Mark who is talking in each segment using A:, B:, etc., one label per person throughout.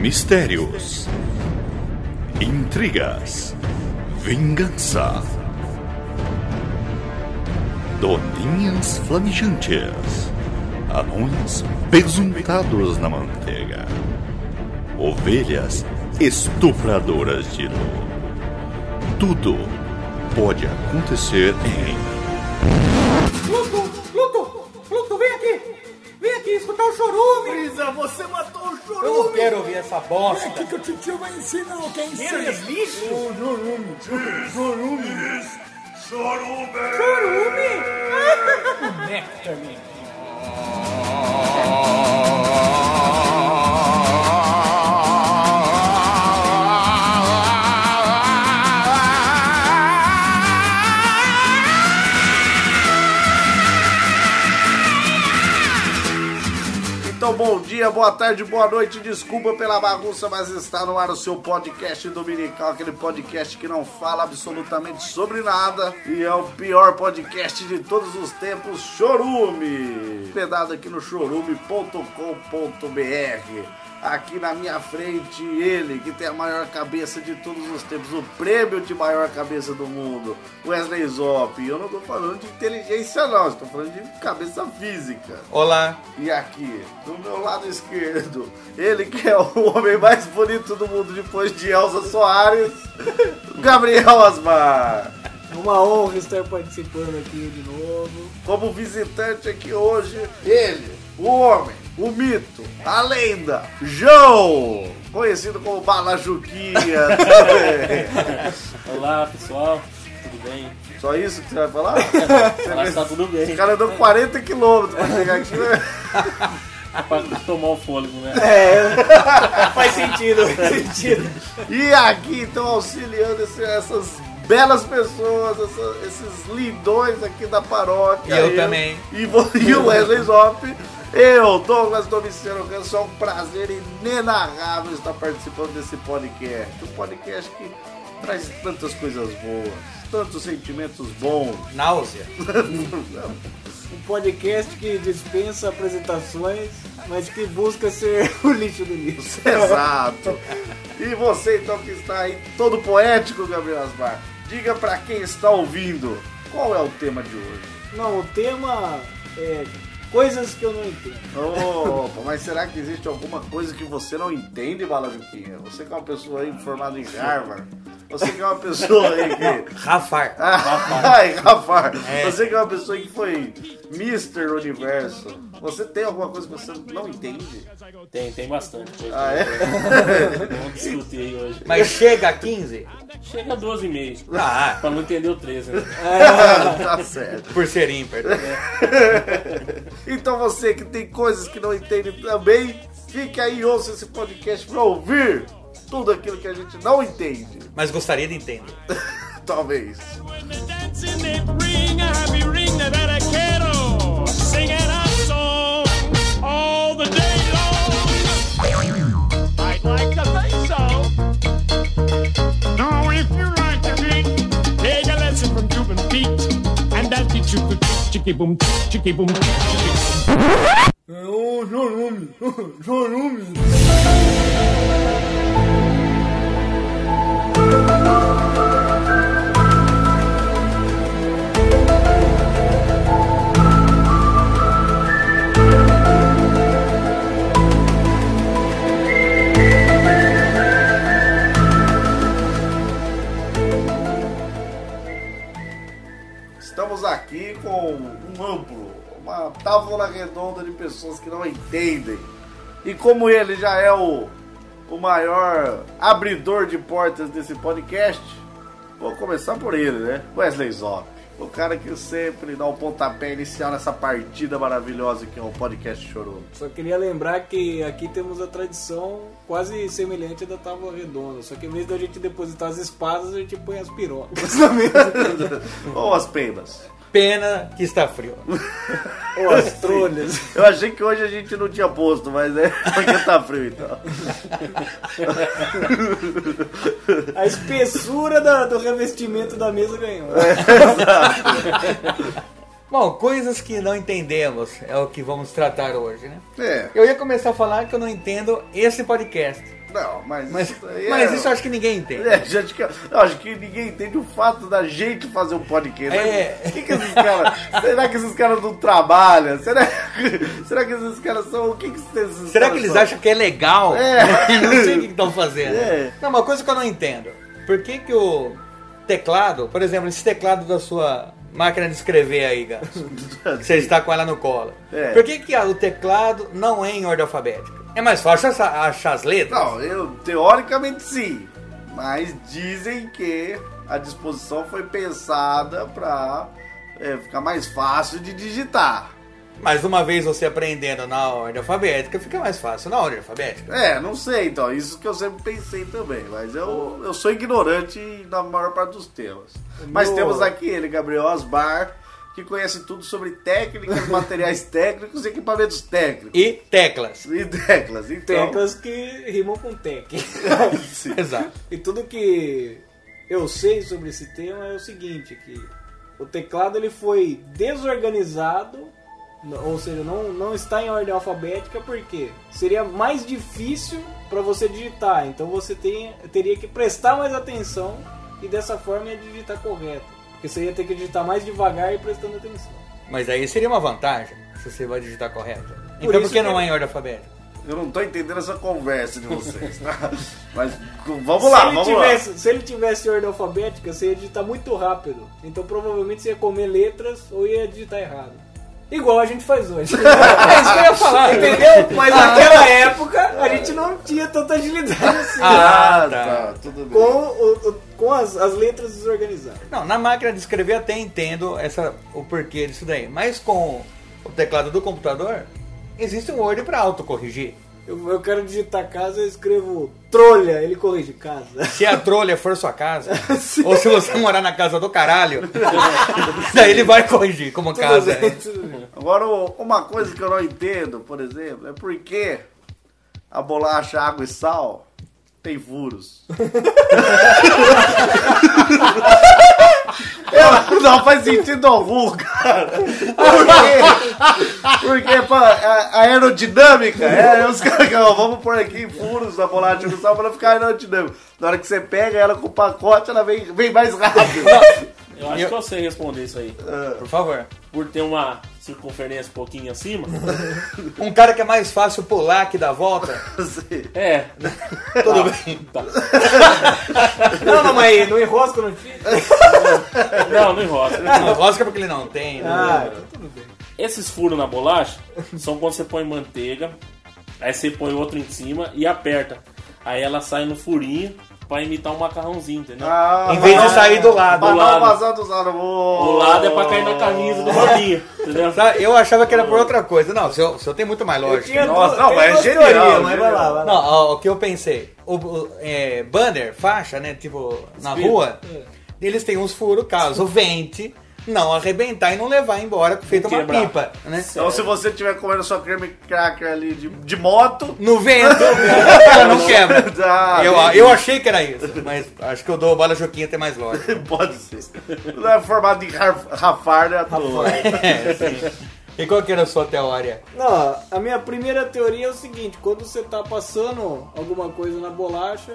A: Mistérios, intrigas, vingança, doninhas flamejantes, anões pesuntados na manteiga, ovelhas estupradoras de luz. Tudo pode acontecer em
B: Pluto, Pluto, Pluto, vem aqui! Vem aqui escutar o chorume!
C: Brisa, você matou o
B: Eu
C: chorume!
B: não quero ouvir essa bosta!
D: que o titio vai ensinar o que é ensina.
C: lixo?
B: Chorume!
C: Então, bom dia, boa tarde, boa noite. Desculpa pela bagunça, mas está no ar o seu podcast dominical, aquele podcast que não fala absolutamente sobre nada e é o pior podcast de todos os tempos, Chorume. Hospedado aqui no chorume.com.br. Aqui na minha frente, ele que tem a maior cabeça de todos os tempos, o prêmio de maior cabeça do mundo, Wesley Zop. Eu não tô falando de inteligência, não, estou falando de cabeça física.
E: Olá,
C: E aqui, do meu lado esquerdo, ele que é o homem mais bonito do mundo depois de Elza Soares, Gabriel Asmar.
D: É uma honra estar participando aqui de novo.
C: Como visitante aqui hoje, ele, o homem, o mito, a lenda, João, conhecido como Balajuquinha.
F: Olá pessoal, tudo bem?
C: Só isso que você vai falar?
F: Olá, está tá tudo bem.
C: O cara andou 40 quilômetros pra chegar aqui, né?
F: Capaz de tomar o fôlego, né?
D: Faz sentido, faz sentido.
C: É. E aqui, então, auxiliando esse- essas belas pessoas, essa- esses lindões aqui da paróquia.
E: E eu também.
C: E, vo- e o Wesley Zop. Eu, Douglas Domiceno Ganso, é um prazer inenarrável estar participando desse podcast. Um podcast que traz tantas coisas boas, tantos sentimentos bons.
E: náusea.
D: Um podcast que dispensa apresentações, mas que busca ser o lixo do lixo.
C: Exato. E você então que está aí todo poético, Gabriel Asmar, diga pra quem está ouvindo qual é o tema de hoje.
D: Não, o tema é coisas que eu não entendo.
C: Opa, mas será que existe alguma coisa que você não entende, Balajuquinha? Você que é uma pessoa aí formada em Harvard, você que é uma pessoa aí que...
E: Rafar.
C: Ai, Rafa, você que é uma pessoa que foi Mr. Universo, você tem alguma coisa que você não entende?
F: Tem, tem bastante coisa.
C: Ah, é?
F: Vamos discutir hoje.
E: Mas chega a 15?
F: Chega a 12 e meio.
E: Ah,
F: Pra não entender o 13, né?
C: tá certo.
E: por ser ímpar.
C: Então você que tem coisas que não entende também, fique aí e ouça esse podcast pra ouvir tudo aquilo que a gente não entende,
E: Mas gostaria de entender.
C: talvez.
G: When the dancing they ring a happy ring, they better kettle singing our song all the day long. I'd like to think so. Now, if you like to drink, take a lesson from Cuban Pete, and that's the chupa chicky boom, chicky boom, chicky boom.
C: Estamos aqui com um amplo, uma tábua redonda de pessoas que não entendem. E como ele já é o, o maior abridor de portas desse podcast, vou começar por ele, né? Wesley Zop. O cara que sempre dá o pontapé inicial nessa partida maravilhosa que é o podcast Chorou.
D: Só queria lembrar que aqui temos a tradição quase semelhante à da tábua redonda. Só que em vez da gente depositar as espadas, a gente põe as pirocas.
C: Ou as penas.
E: Pena que está frio.
D: Ou as trolhas.
C: Eu achei que hoje a gente não tinha posto, mas é porque tá frio então.
D: A espessura da- do revestimento da mesa ganhou.
E: Bom, coisas que não entendemos é o que vamos tratar hoje, né?
C: É.
E: Eu ia começar a falar que eu não entendo esse podcast.
C: Não, mas,
E: Mas,
C: isso daí
E: mas
C: é-
E: isso eu acho que ninguém entende.
C: É, gente, que- eu acho que ninguém entende o fato da gente fazer um podcast.
E: É.
C: O que, que esses caras. será que esses caras não trabalham? Será, que- será que esses caras são. O que, que esses
E: Será
C: caras
E: que eles
C: são?
E: acham que é legal?
C: É.
E: não sei o que estão fazendo.
C: É.
E: Não, uma coisa que eu não entendo. Por que que o teclado, por exemplo, esse teclado da sua máquina de escrever aí, Ganso, que você está com ela no colo.
C: É.
E: Por que que a- o teclado não é em ordem alfabética? É mais fácil achar, achar as letras?
C: Não, eu, teoricamente sim. Mas dizem que a disposição foi pensada pra é, ficar mais fácil de digitar.
E: Mas uma vez você aprendendo na ordem alfabética, fica mais fácil na ordem alfabética.
C: É, não sei então, isso que eu sempre pensei também, mas eu, eu sou ignorante na maior parte dos temas. Mas temos aqui ele, Gabriel Osbar, que conhece tudo sobre técnicas, materiais técnicos e equipamentos técnicos.
E: E teclas.
C: E teclas, então.
D: Teclas que rimam com tec.
C: Sim.
E: Exato.
D: E tudo que eu sei sobre esse tema é o seguinte, que o teclado ele foi desorganizado, n- ou seja, não, não está em ordem alfabética, porque seria mais difícil para você digitar, então você tem, teria que prestar mais atenção e dessa forma ia digitar correto, porque você ia ter que digitar mais devagar e prestando atenção.
E: Mas aí seria uma vantagem, se você vai digitar correto.
D: Por
E: então
D: isso
E: por que
D: que-
E: não é em ordem alfabética?
C: Eu não tô entendendo essa conversa de vocês, tá? Mas vamos lá,
D: se, ele
C: vamos
D: tivesse,
C: lá.
D: se ele tivesse ordem alfabética, você ia digitar muito rápido. Então provavelmente você ia comer letras ou ia digitar errado. Igual a gente faz hoje.
E: É isso que eu ia falar.
D: Entendeu? Mas naquela época a gente não tinha tanta agilidade assim.
E: Ah,
C: Ah, tá, tudo bem.
D: Com, o- o- com as, as letras desorganizadas.
E: Não, na máquina de escrever até entendo essa, o porquê disso daí. Mas com o teclado do computador, existe um Word para autocorrigir.
D: Eu, eu quero digitar casa, eu escrevo trolha, ele corrige casa.
E: Se a trolha for sua casa, ou se você morar na casa do caralho, daí ele vai corrigir como casa.
D: Tudo bem,
E: é.
D: tudo bem.
C: Agora, o- uma coisa que eu não entendo, por exemplo, é por que a bolacha água e sal tem furos. Eu- não faz sentido algum, cara. Por quê? Porque pá, a, a aerodinâmica, é, é os caras que ó, vamos pôr aqui furos na bolacha água e sal pra ela ficar aerodinâmica. Na hora que você pega ela com o pacote, ela vem, vem mais rápido.
F: Eu acho que eu sei responder isso aí.
E: Por favor.
F: Por ter uma circunferência um pouquinho acima.
E: Um cara que é mais fácil pular que dar volta.
C: Assim.
F: É.
E: Tudo bem.
F: Tá.
D: Não, não, mas não enrosca no fio.
F: Não, não enrola.
E: Não, lógico é porque ele não tem. né?
D: Ah,
F: Esses furos na bolacha são quando você põe manteiga, aí você põe outro em cima e aperta. Aí ela sai no furinho pra imitar um macarrãozinho, entendeu?
C: Ah,
E: Em vez de sair do lado.
C: Pra
D: Ah.
C: não
F: lado.
C: vazar dos lados.
F: O lado é pra cair na camisa do Robinho, entendeu?
E: Sabe, Eu achava que era por outra coisa. Não, o seu, o seu tem muito mais lógica.
D: tinha
C: Nossa,
D: duas-
C: não,
D: tem
C: mas é
D: duas
C: genial,
D: teorias, mas vai
C: genial.
D: lá, vai lá.
E: Não, ó, o que eu pensei, o, o, é, banner, faixa, né, tipo, na
F: Espírito.
E: rua, eles têm uns furos, caso o vente não arrebentar e não levar embora, feito uma
F: Quebrar.
E: pipa, né?
C: Então, se você tiver comendo sua creme cracker ali de, de moto.
E: No vento, ela não quebra.
C: Ah,
E: Eu, eu achei que era isso, mas acho que eu dou o bala Joquinha até mais lógico.
C: Pode ser. Não é formado de raf- rafar, né? à toa.
E: É, E qual que era a sua teoria?
D: Não, a minha primeira teoria é o seguinte: quando você tá passando alguma coisa na bolacha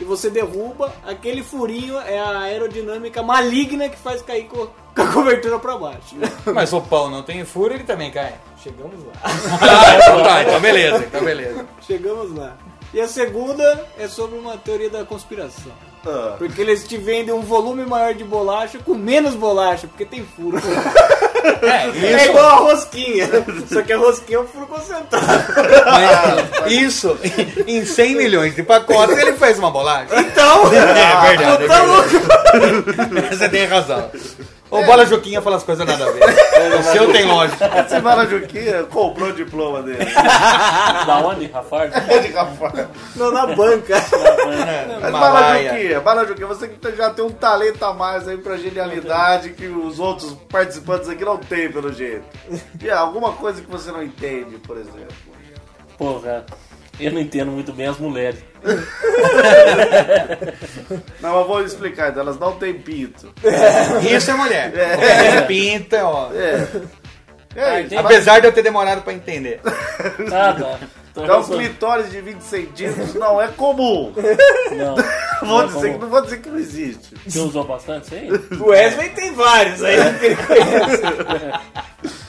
D: e você derruba, aquele furinho é a aerodinâmica maligna que faz cair co- com a cobertura pra baixo. né?
E: Mas o pão não tem furo, ele também cai.
D: Chegamos lá.
E: Ah, então tá, então beleza, então beleza.
D: Chegamos lá. E a segunda é sobre uma teoria da conspiração.
C: Ah.
D: Porque eles te vendem um volume maior de bolacha com menos bolacha, porque tem furo.
E: É,
D: É
E: isso,
D: igual a rosquinha. Só que a rosquinha é um furo concentrado.
E: mas isso, em 100 milhões de pacotes, ele fez uma bolacha.
D: Então,
E: É verdade.
D: não tá
E: é verdade.
D: louco.
E: Você tem razão. O Bola Juquinha fala as coisas nada a ver. O seu tem lógica.
C: Esse Mara Juquinha comprou o diploma dele.
F: Da onde, Rafardo?
C: É de rafar.
D: Não, na banca.
C: Mas Mara
E: Malaia.
C: Juquinha, Mara Juquinha, você que já tem um talento a mais aí pra genialidade que os outros participantes aqui não têm, pelo jeito. E é alguma coisa que você não entende, por exemplo.
F: Porra, eu não entendo muito bem as mulheres.
C: Não, mas vou explicar, então, elas não têm pinto.
E: Isso é mulher. É. Pinta, ó.
C: É. É,
F: Ah,
C: isso.
F: entendi.
E: Apesar de eu ter demorado pra entender.
F: Ah, tá.
C: Então,
F: pensando.
C: clitóris de 20 centímetros não é comum.
F: Não.
C: Vou
F: é
C: dizer que,
F: comum.
C: não vou dizer que não existe.
F: Você usou bastante isso aí?
D: O Wesley tem vários aí que ele conhece.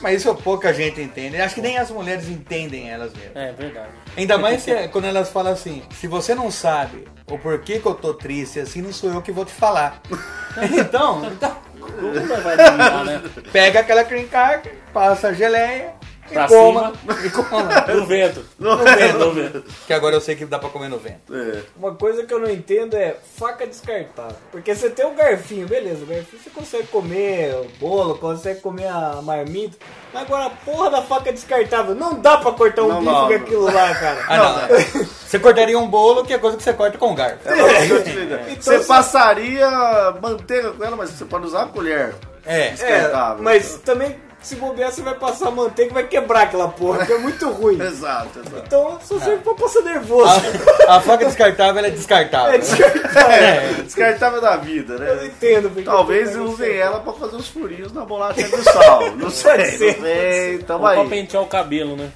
E: Mas isso pouca gente entende. Acho que nem as mulheres entendem elas mesmas.
F: É, verdade.
E: Ainda mais se- quando elas falam assim: se você não sabe o porquê que eu tô triste assim, não sou eu que vou te falar. então, então,
F: Nunca vai dominar, né?
E: pega aquela cream card, passa a geleia e
F: Pra
E: coma. E coma.
F: No vento.
C: Não
F: É,
C: é,
F: no vento.
E: Que agora eu sei que dá pra comer no vento.
C: é.
D: Uma coisa que eu não entendo é faca descartável. Porque você tem o garfinho, beleza, o garfinho você consegue comer o bolo, consegue comer a marmita. Mas agora a porra da faca descartável, não dá pra cortar um
C: Não
D: bife
C: dá,
D: com
C: mano.
D: aquilo lá, cara.
E: Ah, não. não. Você cortaria um bolo, que é coisa que você corta com garfo.
F: É.
C: Deixa eu te ligar.
D: Então,
C: você
F: assim-
D: se-
C: passaria manteiga com ela, mas você pode usar a colher.
E: É.
D: É,
C: Descartável.
D: mas também se bobear você vai passar manteiga e vai quebrar aquela porra, que é muito ruim.
C: Exato, exato.
D: Então só serve pra passar
E: Ah.
D: nervoso.
E: A, a faca descartável ela é descartável.
D: É descartável.
E: É.
C: Descartável da vida,
D: Eu não
C: né?
D: entendo. porque
C: Talvez
D: eu
C: eu
D: não
C: usem
D: sei.
C: ela pra fazer os furinhos na bolacha de sal. Não sei, não
D: ser, pode
C: sei. Tamo
F: Ou pra
C: aí.
F: pentear o cabelo, né?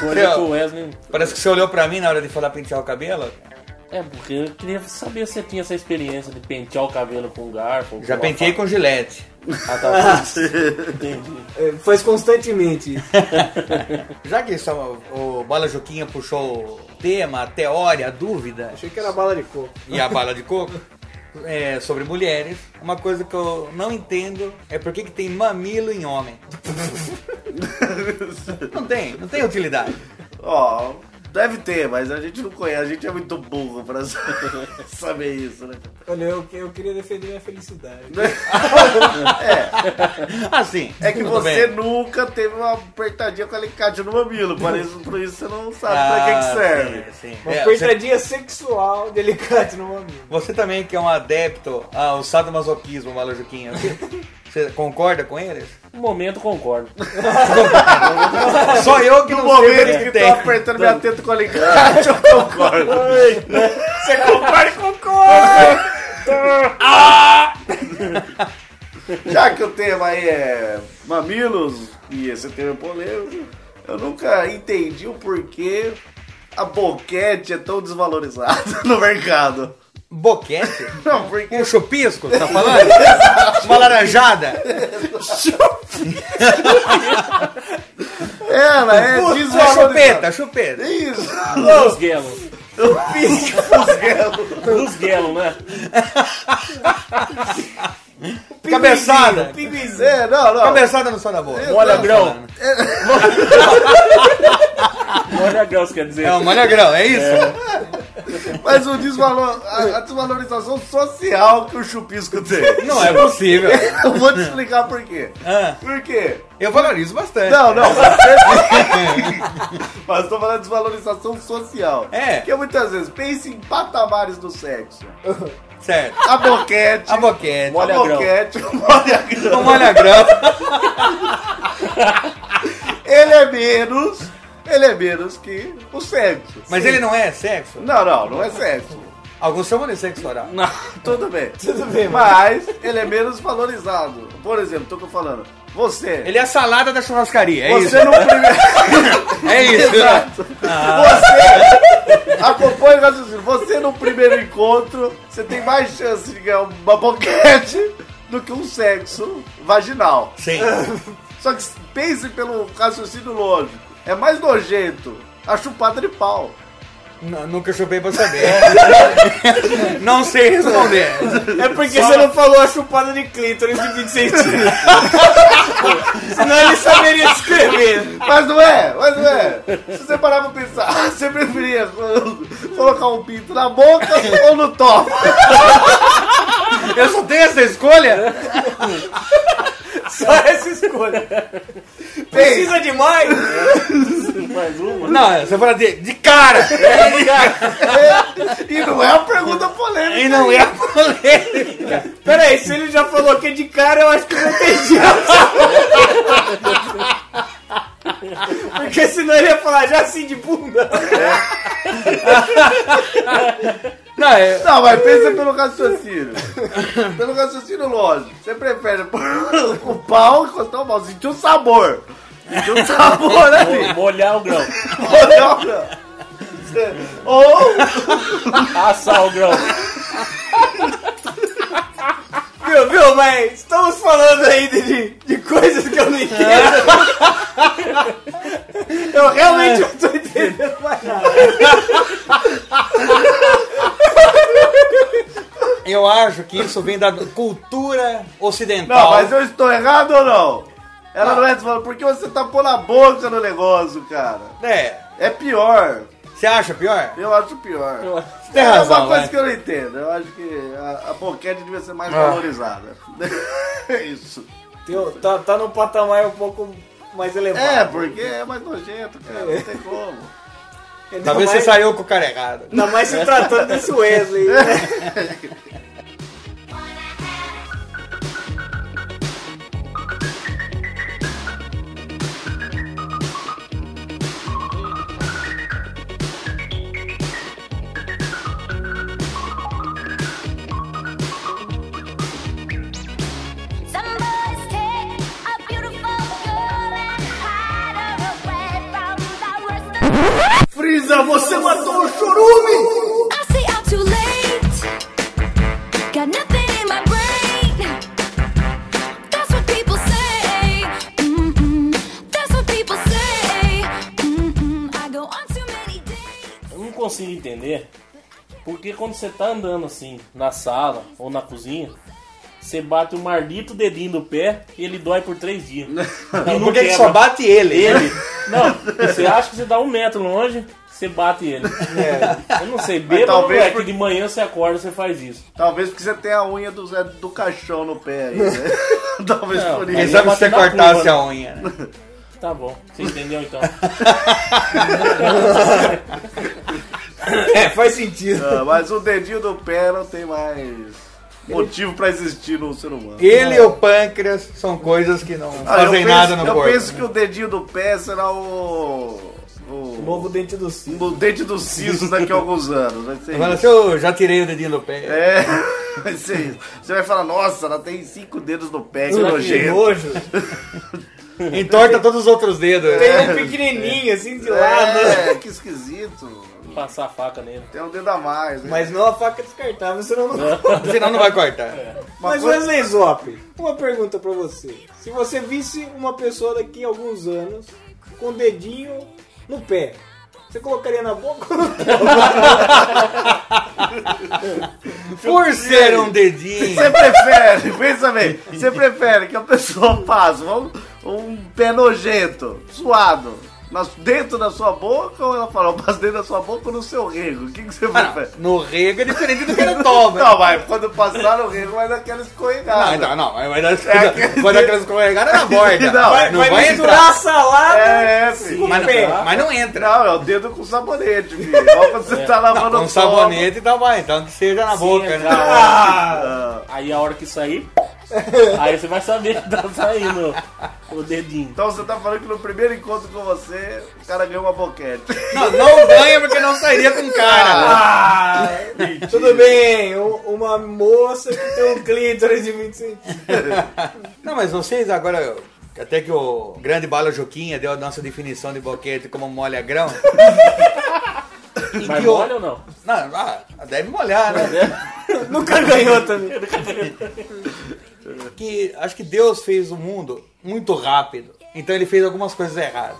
F: Coisa que o Wesley.
E: Parece que você olhou pra mim na hora de falar pentear o cabelo.
F: É, porque eu queria saber se você tinha essa experiência de pentear o cabelo com garfo. ou
E: Já
F: uma tá
E: penteei com gilete.
F: faca. Entendi.
D: É, faz constantemente. isso.
E: Já que só o Bala Juquinha puxou o tema, a teoria, a dúvida
D: Achei que era bala de coco.
E: e a bala de coco é, sobre mulheres, uma coisa que eu não entendo é por que que tem mamilo em homem. Não tem, não tem utilidade.
C: Ó, deve ter, mas a gente não conhece. A gente é muito burro pra saber isso, né?
D: Olha, eu, eu queria defender minha felicidade.
E: Assim,
C: É que
E: tudo
C: você
E: bem.
C: nunca teve uma apertadinha com alicate no mamilo. Por isso, por isso você não sabe pra que,
E: Ah,
C: que serve.
E: sim, sim.
D: Uma
E: É, você,
D: coitadinha sexual delicada no amigo.
E: você também que é um adepto ao sadomasoquismo, Bala Juquinha, você, você concorda com eles?
F: No momento, concordo.
E: Só eu que
C: No
E: não
C: momento
E: sei
C: que
E: o tem.
C: tô apertando minha teta com alicate, eu concordo.
E: né?
D: Você concorda? Concorda!
E: Ah!
C: Já que o tema aí é mamilos e esse tema é polêmico, eu nunca entendi o porquê a boquete é tão desvalorizada no mercado.
E: Boquete?
C: Não, porque
E: Um chupisco, você tá falando? Uma laranjada?
C: ela é
E: Uma
C: desvalorizada.
E: chupeta, chupeta.
C: Isso,
F: Rusguelo. Rusguelo, né?
E: Cabeçada.
D: Pinguizinho.
C: é, não, não.
E: Cabeçada no céu da boca.
F: Olha, grão. Olha, grão, você quer dizer.
E: É um malhagrão, é isso?
C: Mas o desvalor, a, a desvalorização social que o chupisco tem.
E: Não é possível.
C: Eu vou te explicar por quê.
E: Ah,
C: Por quê?
E: eu valorizo bastante.
C: Não, não, você- Mas tô falando de desvalorização social.
E: É.
C: Porque muitas vezes pensa em patamares do sexo.
E: Certo.
C: A boquete.
E: A boquete.
C: A
F: Molha grão.
C: boquete, o molha grão.
E: Um malhagrão.
C: Ele é menos. Ele é menos que o sexo.
E: Mas ele não é sexo?
C: Não, não, não é sexo.
E: Alguns chamam de sexo oral.
C: Tudo bem.
D: Tudo bem, mano.
C: Mas ele é menos valorizado. Por exemplo, tô falando. Você.
E: Ele é a salada da churrascaria, é
C: Você no primeiro.
E: isso? É isso.
C: Exato. Você acompanha o raciocínio. Você no primeiro encontro, você tem mais chance de ganhar uma boquete do que um sexo vaginal.
E: Sim.
C: Só que pense pelo raciocínio lógico. É mais nojento a chupada de pau.
E: N- nunca chupei pra saber. Não sei responder.
D: É porque você não falou a chupada de clítoris de 20 centímetros. Senão ele saberia descrever.
C: Mas não é, mas não é. Se você parar pra pensar, você preferia colocar um pinto na boca ou no top?
E: Eu só tenho essa escolha?
D: Só essa escolha. Precisa demais?
F: Mais uma?
E: Não, você fala de, de cara.
C: E não é uma pergunta polêmica.
E: E não é a polêmica.
D: Pera aí, se ele já falou que é de cara, eu acho que eu não entendi. Porque senão ele ia falar já assim de bunda.
E: Não, é,
C: Não, mas pensa pelo raciocínio. pelo raciocínio lógico. Você prefere pôr o pau e encostar o pau, sentir o sabor. De um sabor
D: né,
C: ali.
F: Mo- Molhar o grão.
C: Olha, olha. Ou
F: Assar o grão.
D: Viu, viu, mas estamos falando ainda de, de coisas que eu não entendo. Eu realmente não tô entendendo mais nada.
E: Eu acho que isso vem da cultura
C: Não,
F: Tá,
E: ocidental.
C: mas eu estou errado ou não? Ela não é desfalando, porque você tapou na boca no negócio, cara.
E: É.
C: É pior.
E: Você acha pior?
C: Eu acho pior.
F: Eu acho-
E: Tem
C: é
E: razão, né?
C: uma coisa
F: né?
E: vai.
C: que eu não entendo. Eu acho que a, a boquete devia ser mais
F: Ah.
C: valorizada. É isso.
D: Tem- tá, tá num patamar um pouco mais elevado.
C: É, porque é mais nojento, cara.
F: É.
C: Não tem como.
D: Ainda
E: Talvez você
D: mais-
E: saiu com o cara errado.
D: Ainda mais se tratando desse Wesley. né?
H: Some boys take a beautiful girl and hide her away from the rest of
C: Frieza, você matou o chorume!
H: I say I'm too late. Got nothing in my brain. That's what people say. Mm-mm. That's what people say. Mm-mm. I go on too many dates.
F: Eu não consigo entender porque quando você tá andando assim na sala ou na cozinha, você bate o maldito dedinho do pé e ele dói por três dias. E
E: Por que que só bate ele?
F: ele? Não, você acha que você dá um metro longe, você bate ele. Eu não sei, bêbado
C: talvez
F: talvez é
C: por-
F: que de manhã você acorda e você faz isso.
C: Talvez porque você tenha a unha do, Zé- do caixão no pé aí, né? Talvez
F: Não, é
C: por
E: Quem
C: isso.
E: sabe
F: Ele
E: se você
F: bate na
E: cortasse
F: curva,
E: a unha, né?
F: Tá bom, você entendeu então?
E: É, faz sentido.
C: Ah, mas o dedinho do pé não tem mais motivo pra existir no ser humano.
E: Ele e o pâncreas são coisas que não
C: Ah, eu
E: fazem
C: penso-
E: nada no
C: Eu
E: corpo.
C: penso que o dedinho do pé será o. O
D: Novo dente do cio.
C: o dente do siso daqui a alguns anos. Vai ser
E: Fala
C: isso.
E: assim, eu já tirei o dedinho do pé.
C: É, vai ser isso. Você vai falar, nossa, ela tem cinco dedos no pé, que
F: Será que
C: nojento.
D: Nojo.
E: Entorta todos os outros dedos. né?
D: Tem um pequenininho assim de lado.
C: É, que esquisito.
F: Passar a faca nele.
C: Tem um dedo a mais. né?
D: Mas não a faca descartável, senão não
E: Senão não vai cortar.
C: Uma
D: Mas
C: coisa-
D: Wesley Zop, uma pergunta pra você. Se você visse uma pessoa daqui a alguns anos com o dedinho no pé, você colocaria na boca ou no pé?
E: Por ser um dedinho.
C: Você prefere, pensa bem, você prefere que a pessoa faça um, um pé nojento, suado, na- dentro da sua boca ou ela fala, eu passo dentro da sua boca ou no seu rego? O que, que você
E: Ah,
C: prefere?
E: não. No rego é diferente do que ele toma.
C: Não, vai, quando passar no rego vai dar aquela escorregada.
E: Não, então, não, vai dar,
C: É aquele-
E: vai dar aquelas escorregadas na borda.
C: Não,
E: vai, não vai,
D: misturar a
E: entrar.
D: salada
C: É, é,
D: com
C: filho.
D: o
E: Mas,
D: pé.
E: não, mas não entra.
C: Não, é o dedo com sabonete, filho. Igual quando você
E: É.
C: tá lavando
E: Com
C: o
E: sabonete, então vai. Então que seja na
F: Sim,
E: boca,
F: é
E: né?
F: claro.
C: Ah,
F: Aí a hora que sair, aí você vai saber que tá saindo o dedinho.
C: Então você tá falando que no primeiro encontro com você, o cara ganhou uma boquete.
E: Não, não ganha porque não sairia com cara.
D: Tudo bem, um- uma moça que tem um clítoris de 20 centímetros.
E: Não, mas vocês agora... eu- Até que o grande Bala Juquinha deu a nossa definição de boquete como molha grão. Em
F: Mas
E: que o-
F: molha ou não?
E: Não, ah, deve molhar, né?
D: Nunca ganhou também.
E: que acho que Deus fez o mundo muito rápido. Então ele fez algumas coisas erradas.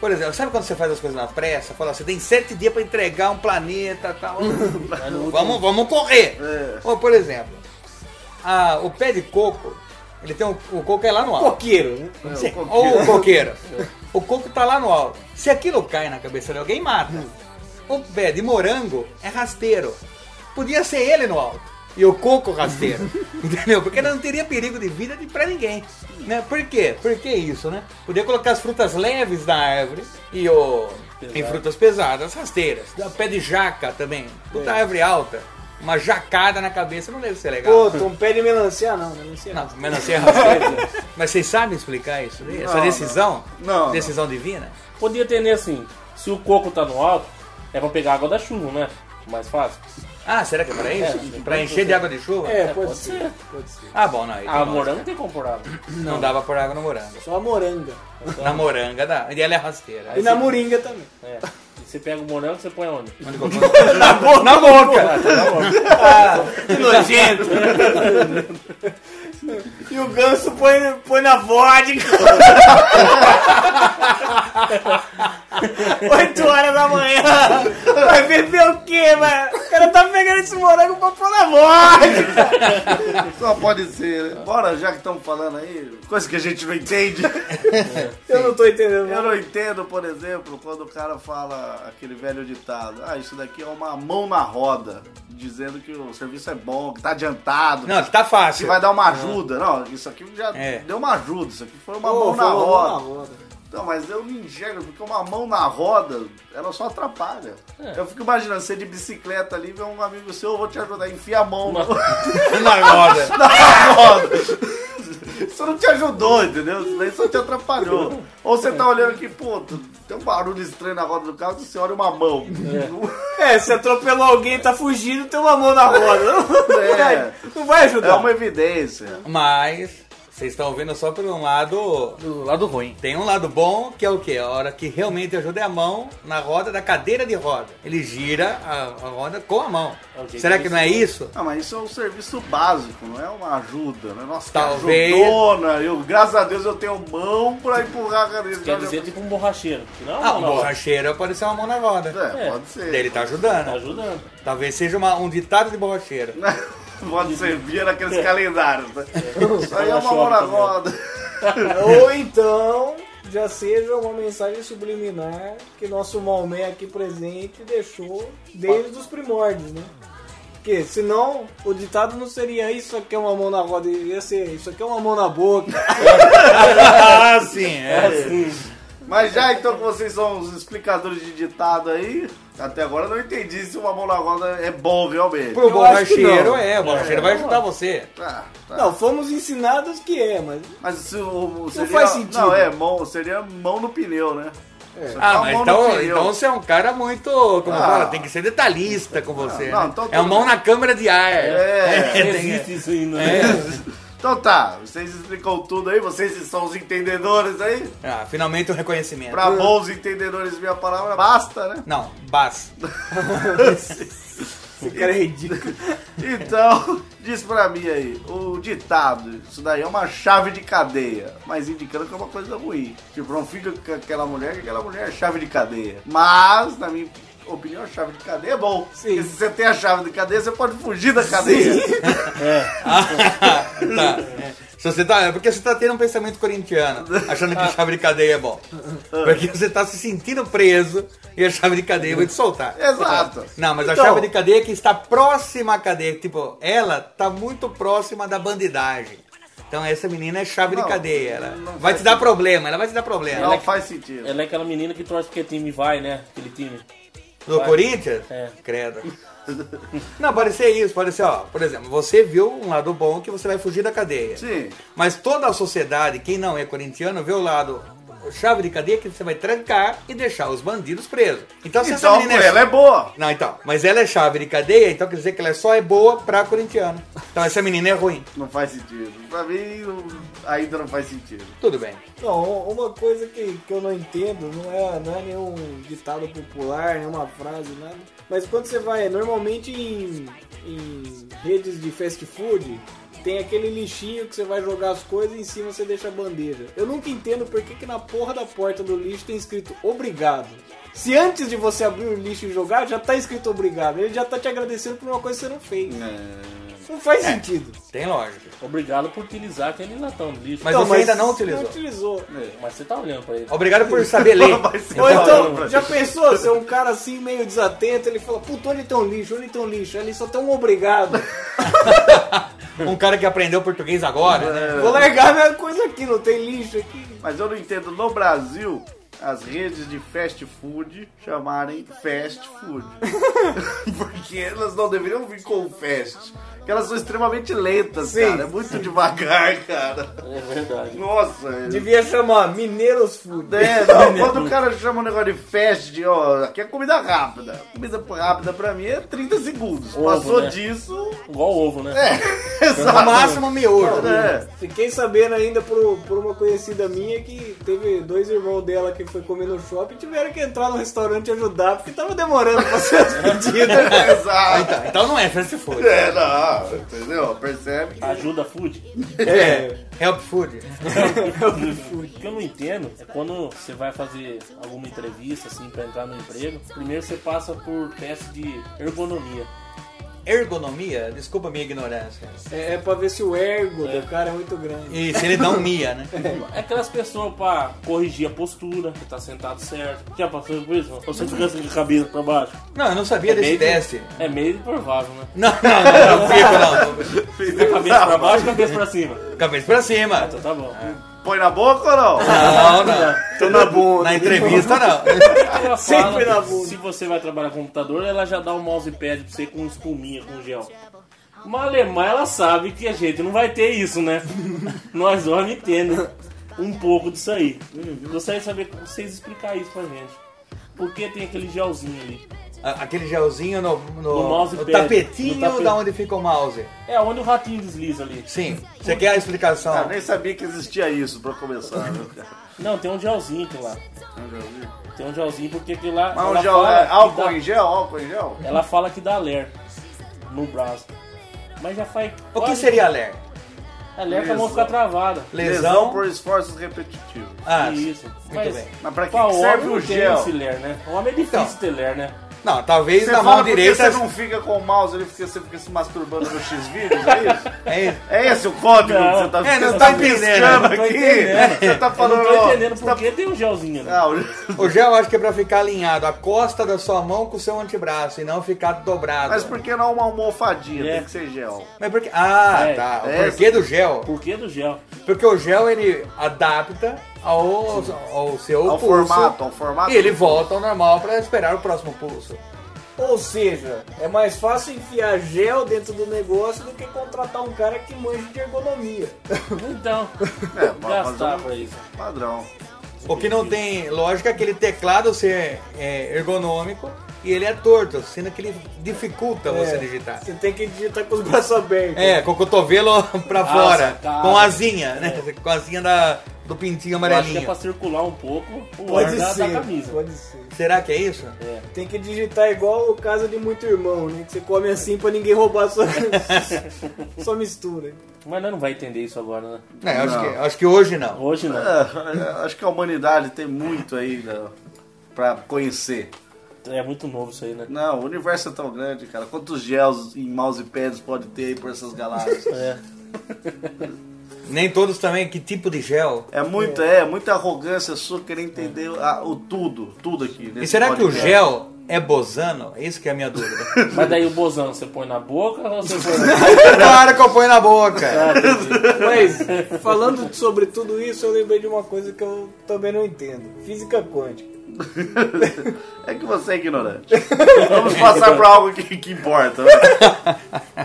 E: Por exemplo, sabe quando você faz as coisas na pressa? Fala, você tem sete dias pra entregar um planeta tal. vamos, vamos correr. Ou, por exemplo, a- o pé de coco, ele tem um- o coco é lá no alto.
D: Coqueiro, né?
E: Sim, Ou o coqueiro. o coco tá lá no alto. Se aquilo cai na cabeça de alguém, mata. O pé de morango é rasteiro. Podia ser ele no alto. E o coco rasteiro. entendeu? Porque não teria perigo de vida de, pra ninguém. Né? Por quê? Por que isso, né? Podia colocar as frutas leves na árvore e o. Tem frutas pesadas, rasteiras. O Pé de jaca também. Puta árvore alta. Uma jacada na cabeça não deve ser legal.
D: Pô, um pé de melancia não, né? melancia não.
E: Não, mas não sei a receita. Mas vocês sabem explicar isso? daí? Essa
C: Não,
E: decisão?
C: não. Não,
E: Decisão divina?
F: Podia entender assim, se o coco tá no alto, é pra pegar água da chuva, né? Mais fácil.
E: Ah, será que é pra isso? pra encher de água de chuva?
D: É, pode, ser. Pode ser.
E: Ah, bom, não. aí
F: Ah,
E: tem
F: morango tem comprado.
E: lógica. Não dava por água no morango.
D: Só a moranga.
E: Na moranga dá. E ela é rasteira.
D: E na moringa também.
F: É. Você pega o morango, você põe onde?
E: Onde que eu ponho? na boca! Na boca! Que nojento!
D: E o ganso põe, põe na vodka. 8 horas da manhã. Vai beber o quê, mano? O cara tá pegando esse morango pra pôr na vodka.
C: Só pode ser. né? Bora, já que estamos falando aí, coisa que a gente não entende.
D: Eu não tô entendendo. né?
C: Eu não entendo, por exemplo, quando o cara fala aquele velho ditado: Ah, isso daqui é uma mão na roda, dizendo que o serviço é bom, que tá adiantado.
E: Não, que tá
C: Que
E: fácil.
C: vai dar uma ajuda. Não, isso aqui já
E: É.
C: deu uma ajuda. Isso aqui foi É uma
D: Pô,
C: mão na
D: falou
C: roda.
D: na roda.
C: Não, mas eu não enxergo, porque uma mão na roda, ela só atrapalha. Eu fico imaginando, você de bicicleta ali, vê um amigo seu, eu vou te ajudar, enfia a mão na
E: Na roda.
C: roda. Isso não te ajudou, entendeu? Isso daí só te atrapalhou. Ou você tá olhando aqui, pô, tem um barulho estranho na roda do carro, você olha uma mão.
D: É, se atropelou alguém, tá fugindo, tem uma mão na roda.
C: É,
D: Não vai
C: é
D: ajudar.
C: uma evidência.
E: Mas, vocês estão vendo só por um lado...
I: Do lado ruim.
E: Tem um lado bom, que é o quê? A hora que realmente ajuda é a mão na roda da cadeira de roda. Ele gira a, a roda com a mão.
F: Ok,
E: Será
F: que
E: que não é isso?
C: Não, mas isso é um serviço básico, não é uma ajuda, né? Nossa,
E: Talvez.
C: que ajudona! Eu, graças a Deus eu tenho mão pra empurrar a cadeira.
F: Quer dizer, tipo um borracheiro. Que Não,
E: Ah,
F: não,
E: um borracheiro pode ser uma mão na roda.
C: É, pode ser.
E: Daí ele tá
F: Tá
E: ajudando.
F: ajudando.
E: Talvez seja uma- um ditado de borracheiro.
C: Pode ser via naqueles calendários, né? Isso aí é
F: Ela
C: uma mão na
F: chove também.
C: roda.
D: Ou então já seja uma mensagem subliminar que nosso Maomé aqui presente deixou desde os primórdios, né? Porque senão o ditado não seria isso aqui é uma mão na roda, ia ser isso aqui é uma mão na boca.
E: ah, sim, é.
C: Mas já então que vocês são os explicadores de ditado aí, até agora eu não entendi se uma mão na roda é bom realmente.
E: Pro
D: Eu acho que
E: borracheiro
D: não.
E: é, o borracheiro vai ajudar você.
C: Tá, tá.
D: Não, fomos ensinados que é, mas
C: Mas se o, o seria,
D: faz sentido.
C: Não, é, mão, seria mão no pneu, né? Só que é
E: Ah,
C: uma
E: mas
C: mão no
E: então,
C: pneu.
E: então você é um cara muito. Como
C: Ah.
E: fala, tem que ser detalhista com você.
C: não,
E: né?
C: então
E: é uma
C: tudo
E: mão
C: bem.
E: na câmera de ar.
C: É,
E: tem-
F: Existe isso ainda, né?
E: é.
C: Então tá, vocês explicam tudo aí, vocês que são os entendedores aí.
E: Ah, finalmente o reconhecimento.
C: Pra bons entendedores, minha palavra basta, né?
E: Não, basta.
D: esse cara é ridículo.
C: Então, diz pra mim aí, o ditado, isso daí é uma chave de cadeia, mas indicando que é uma coisa ruim. Tipo, não fica com aquela mulher, que aquela mulher é chave de cadeia. Mas, na minha opinião, a chave de cadeia é bom.
D: Sim.
C: Porque se você tem a chave de cadeia, você pode fugir da cadeia.
E: Tá. É. Se você tá, é porque você tá tendo um pensamento corintiano, achando que chave de cadeia é bom. Porque você tá se sentindo preso e a chave de cadeia vai te soltar.
C: Exato.
E: Não, mas
C: Então-
E: a chave de cadeia que está próxima à cadeia, tipo, ela tá muito próxima da bandidagem. Então essa menina é chave
C: Não,
E: de cadeia, ela
C: não
E: vai
C: faz
E: te dar problema, ela vai te dar problema.
C: Não faz sentido.
F: Ela é aquela menina que torce porque time vai, né? Aquele time.
E: Do Corinthians?
F: É.
E: Credo. Não, pode ser isso, pode ser, ó. Por exemplo, você viu um lado bom que você vai fugir da cadeia.
C: Sim.
E: Mas toda a sociedade, quem não é corintiano, vê o lado chave de cadeia é que você vai trancar e deixar os bandidos presos. Então, se
C: Então,
E: essa menina
C: ela é boa.
E: Não, então. Mas ela é chave de cadeia, então quer dizer que ela só é boa pra corintiano. Então essa menina é ruim.
C: Não faz sentido. Pra mim, não- ainda não faz sentido.
E: Tudo bem.
D: Não, uma coisa que, que eu não entendo, não é, não é nenhum ditado popular, nenhuma frase, nada. Mas quando você vai, normalmente em, em redes de fast food, tem aquele lixinho que você vai jogar as coisas e em cima você deixa a bandeja. Eu nunca entendo por que, que na porra da porta do lixo tem escrito obrigado. Se antes de você abrir o lixo e jogar, já tá escrito obrigado. Ele já tá te agradecendo por uma coisa que você não fez. Não faz sentido.
E: Tem lógica.
F: Obrigado por utilizar aquele latão de lixo.
E: Mas você ainda não utilizou.
D: Não utilizou.
F: Mas você tá olhando pra ele.
E: Obrigado por saber ler.
C: Não faz
E: Tá
C: sentido.
D: Ou então, já pensou? Você é um cara assim, meio desatento, ele fala, puta, onde tem um lixo? Onde tem um lixo? Ali só tem um obrigado.
E: Um cara que aprendeu português agora, né?
D: Vou largar minha coisa aqui, não tem lixo aqui.
C: Mas eu não entendo, no Brasil, as redes de fast food chamarem fast food. Porque elas não deveriam vir com fast. Porque elas são extremamente lentas, cara. É muito devagar, cara.
F: É verdade.
C: Nossa. é-
D: Devia chamar Mineiros Food.
C: É, não, quando o cara chama um negócio de fast, de, ó, aqui é comida rápida. Comida rápida pra mim é 30 segundos.
F: Ovo,
C: Passou
F: né?
C: disso,
F: Igual ovo, né?
C: é,
E: No
C: exato.
E: máximo miolo.
C: É.
D: Fiquei sabendo ainda por, por uma conhecida minha que teve dois irmãos dela que foi comer no shopping e tiveram que entrar no restaurante e ajudar porque tava demorando pra ser despedida.
C: Exato.
E: Então, então não é fast food.
C: É, não, entendeu? Percebe? que-
F: Ajuda food.
E: É. Help food.
F: O que eu não entendo é quando você vai fazer alguma entrevista, assim, pra entrar no emprego, primeiro você passa por teste de ergonomia.
E: Ergonomia? Desculpa a minha ignorância.
D: É, é pra ver se o ergo do cara é muito grande.
E: E se ele não mia, né?
F: É aquelas pessoas pra corrigir a postura, que tá sentado certo. Já passou por isso? Ou você fica assim com a cabeça pra baixo?
E: Não, eu não sabia desse
F: meio-
E: teste.
F: É meio improvável, né?
E: Não, não, não, não fico,
F: Fica a cabeça pra baixo e a cabeça pra cima.
E: não. Cabeça pra cima.
F: Então tá bom.
C: Põe na boca ou não?
E: Não, não.
C: Tô na bunda.
E: Na entrevista, não.
F: Ela
D: Sempre na
F: fala que
D: bunda.
F: se você vai trabalhar com computador, ela já dá um mousepad pra você com espuminha, com gel. Malemar, ela sabe que a gente não vai ter isso, né? Nós homens entendemos um pouco disso aí. Gostaria de saber como vocês explicar isso pra gente. Por que tem aquele gelzinho ali?
E: A- Aquele gelzinho no, no,
F: No mouse
E: no
F: pad,
E: tapetinho
F: no tapete.
E: da onde fica o mouse.
F: É onde o ratinho desliza ali.
E: Sim. Você quer a explicação?
F: Tá, né?
C: Ah, nem sabia que existia isso pra começar. viu, cara?
F: Não, tem um gelzinho aqui lá. Tem um gelzinho porque aquilo lá.
C: Mas
F: ela
C: um gel,
F: fala
C: é,
F: que
C: álcool
F: dá-
C: em gel, álcool em gel?
F: Ela fala que dá alerta no braço. Mas já faz.
E: o que
F: quase-
E: seria alerta?
F: Alerta a mão
C: Isso.
F: ficar travada.
E: Lesão?
C: por esforços repetitivos.
E: Ah,
F: Isso. Mas
E: bem.
C: Mas pra que,
F: pra
C: que
F: homem
C: serve
F: não
C: o
F: tem
C: gel? tá
F: esse ler, né? O homem é difícil
E: Então.
F: ter ler, né?
E: Não, talvez
C: Você
E: na
C: fala
E: mão
C: porque
E: direita.
C: você não fica com o mouse ali porque você fica se masturbando no X-Videos, é isso?
E: É isso.
C: É esse o código
F: Não.
C: que você tá
E: É, não
C: você
E: tá
C: tá
E: entendendo,
C: pescando
E: não
F: tô
C: aqui?
F: entendendo.
C: Você tá
F: Eu não
C: falando...
F: tô
C: ó,
F: entendendo
C: você
F: por que tem um gelzinho, né?
C: Tá... Ah, o-
E: O gel eu acho que é pra ficar alinhado a costa da sua mão com o seu antebraço e não ficar dobrado.
C: Mas por que não uma almofadinha?
F: É.
C: Tem que ser gel.
E: Mas por que- Ah,
F: É,
E: tá. O
C: é.
E: porquê do gel?
F: Por que do gel?
E: Porque o gel ele adapta ao, ao seu
C: Ao
E: pulso.
C: formato, ao formato.
E: E ele volta ao normal pra esperar o próximo pulso.
D: Ou seja, é mais fácil enfiar gel dentro do negócio do que contratar um cara que manja de ergonomia.
F: Então,
C: É, mas-
F: gastar
C: mas é
F: pra isso.
C: um padrão.
E: O que não tem lógica é aquele teclado ser é, ergonômico e ele é torto, sendo que ele dificulta você
D: É,
E: digitar.
D: Você tem que digitar com os braços abertos.
E: É, com o cotovelo
F: Ah,
E: pra fora,
F: sacada.
E: com asinha, né? Com asinha da, do pintinho
F: tá. Eu acho que é
E: amarelinho.
F: pra circular um pouco o ar
D: Pode
F: da, da
D: ser,
F: camisa.
D: pode ser.
E: Será que é isso?
D: Tem que digitar igual o caso de muito irmão, né? Que você come assim pra ninguém roubar sua, sua mistura.
F: Mas nós não vai entender isso agora, né?
E: Não, eu É, Acho,
C: Não.
E: que, eu acho que hoje não.
F: Hoje não.
C: É, acho que a humanidade tem muito ainda pra conhecer.
F: É muito novo isso aí, né?
C: Não, o universo é tão grande, cara. Quantos gels em mousepads pode ter aí por essas galáxias?
F: É.
E: Nem todos também, que tipo de gel?
C: É muito, é, muita arrogância sua querer entender a- o tudo, tudo aqui.
E: E
C: nesse
E: será que o
C: podcast.
E: gel é bozano? Isso que é a minha dúvida.
F: Mas daí o bozão, você põe na boca ou você põe na
E: claro que eu ponho na boca.
D: Mas,
F: é.
D: falando sobre tudo isso, eu lembrei de uma coisa que eu também não entendo. Física quântica.
C: É que você é ignorante. Vamos passar pra algo que, que importa. né?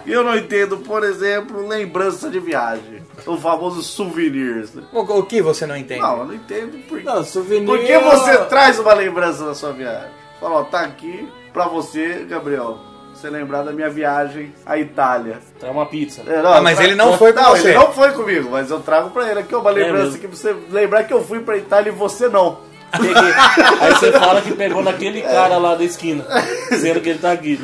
C: Eu não entendo, por exemplo, lembrança de viagem. O famoso souvenirs. né?
E: O, o que você não entende?
C: Não, eu não entendo por
D: Não, souvenir... é
C: Por que você traz uma lembrança da sua viagem? Fala, ó, tá aqui pra você, Gabriel. Você lembrar da minha viagem à Itália.
F: Traz uma pizza.
C: É, não,
E: Ah, mas
C: tra-
E: ele não foi com
C: Não,
E: você. É
C: ele não foi comigo, mas eu trago pra ele aqui uma lembrança
F: mesmo.
C: que você lembrar que eu fui pra Itália e você não.
F: Peguei. Aí você fala que pegou naquele cara lá da esquina, dizendo que ele tá aqui.